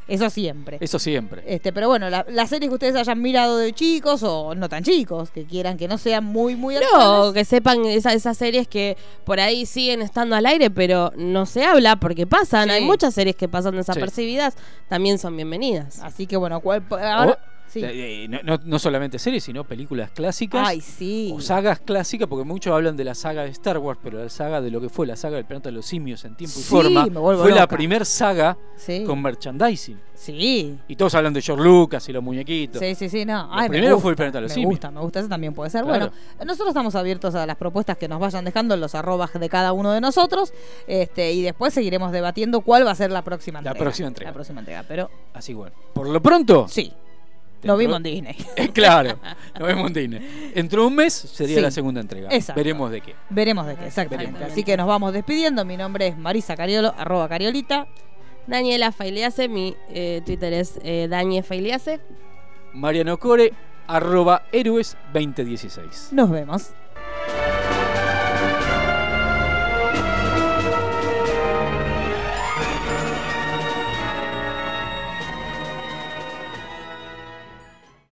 S5: Eso siempre.
S4: eso siempre.
S5: Este, pero bueno, la- las series que ustedes hayan mirado de chicos o no tan chicos, que quieran que no sean muy, muy
S6: No,
S5: actuales.
S6: que sepan esa- esas series que por ahí siguen estando al aire, pero no se habla porque pasan. Hay muchas series que pasan desapercibidas, también son bienvenidas.
S5: Así que bueno, ¿cuál,
S4: O-
S5: ahora, sí. Ah,
S4: eh, eh, no, no- no solamente series, sino películas clásicas.
S5: Ay, sí.
S4: O sagas clásicas, porque muchos hablan de la saga de Star Wars, pero la saga de lo que fue la saga del planeta de los simios en tiempo y
S5: Sí,
S4: forma
S5: me vuelvo
S4: fue la
S5: loca.
S4: primer saga
S5: Sí.
S4: con merchandising.
S5: Sí.
S4: Y todos hablan de George Lucas y los muñequitos.
S5: Sí, sí, sí, no.
S4: Lo
S5: Ay, me
S4: primero fue
S5: gusta,
S4: el planeta de los
S5: me
S4: simios.
S5: gusta, me gusta, eso también puede ser.
S4: Claro.
S5: Bueno, nosotros estamos abiertos a las propuestas que nos vayan dejando en los arrobas de cada uno de nosotros este y después seguiremos debatiendo cuál va a ser la próxima
S4: La
S5: entrega.
S4: próxima entrega.
S5: La próxima entrega, pero
S4: Así bueno. Por lo pronto. (laughs)
S5: Sí.
S4: Dentro-
S5: lo vimos en Disney. (laughs)
S4: claro, nos vemos en Disney. Dentro de un mes sería
S5: Sí.
S4: la segunda entrega.
S5: Exacto.
S4: Veremos de qué.
S5: Veremos de qué, exactamente.
S6: Veremos.
S5: Así que nos vamos despidiendo. Mi nombre es Marisa Cariolo, arroba Cariolita.
S6: Daniela Failiase, mi eh, Twitter es eh, Danie Failiase.
S4: Mariano Core, arroba héroes 2016.
S5: Nos vemos.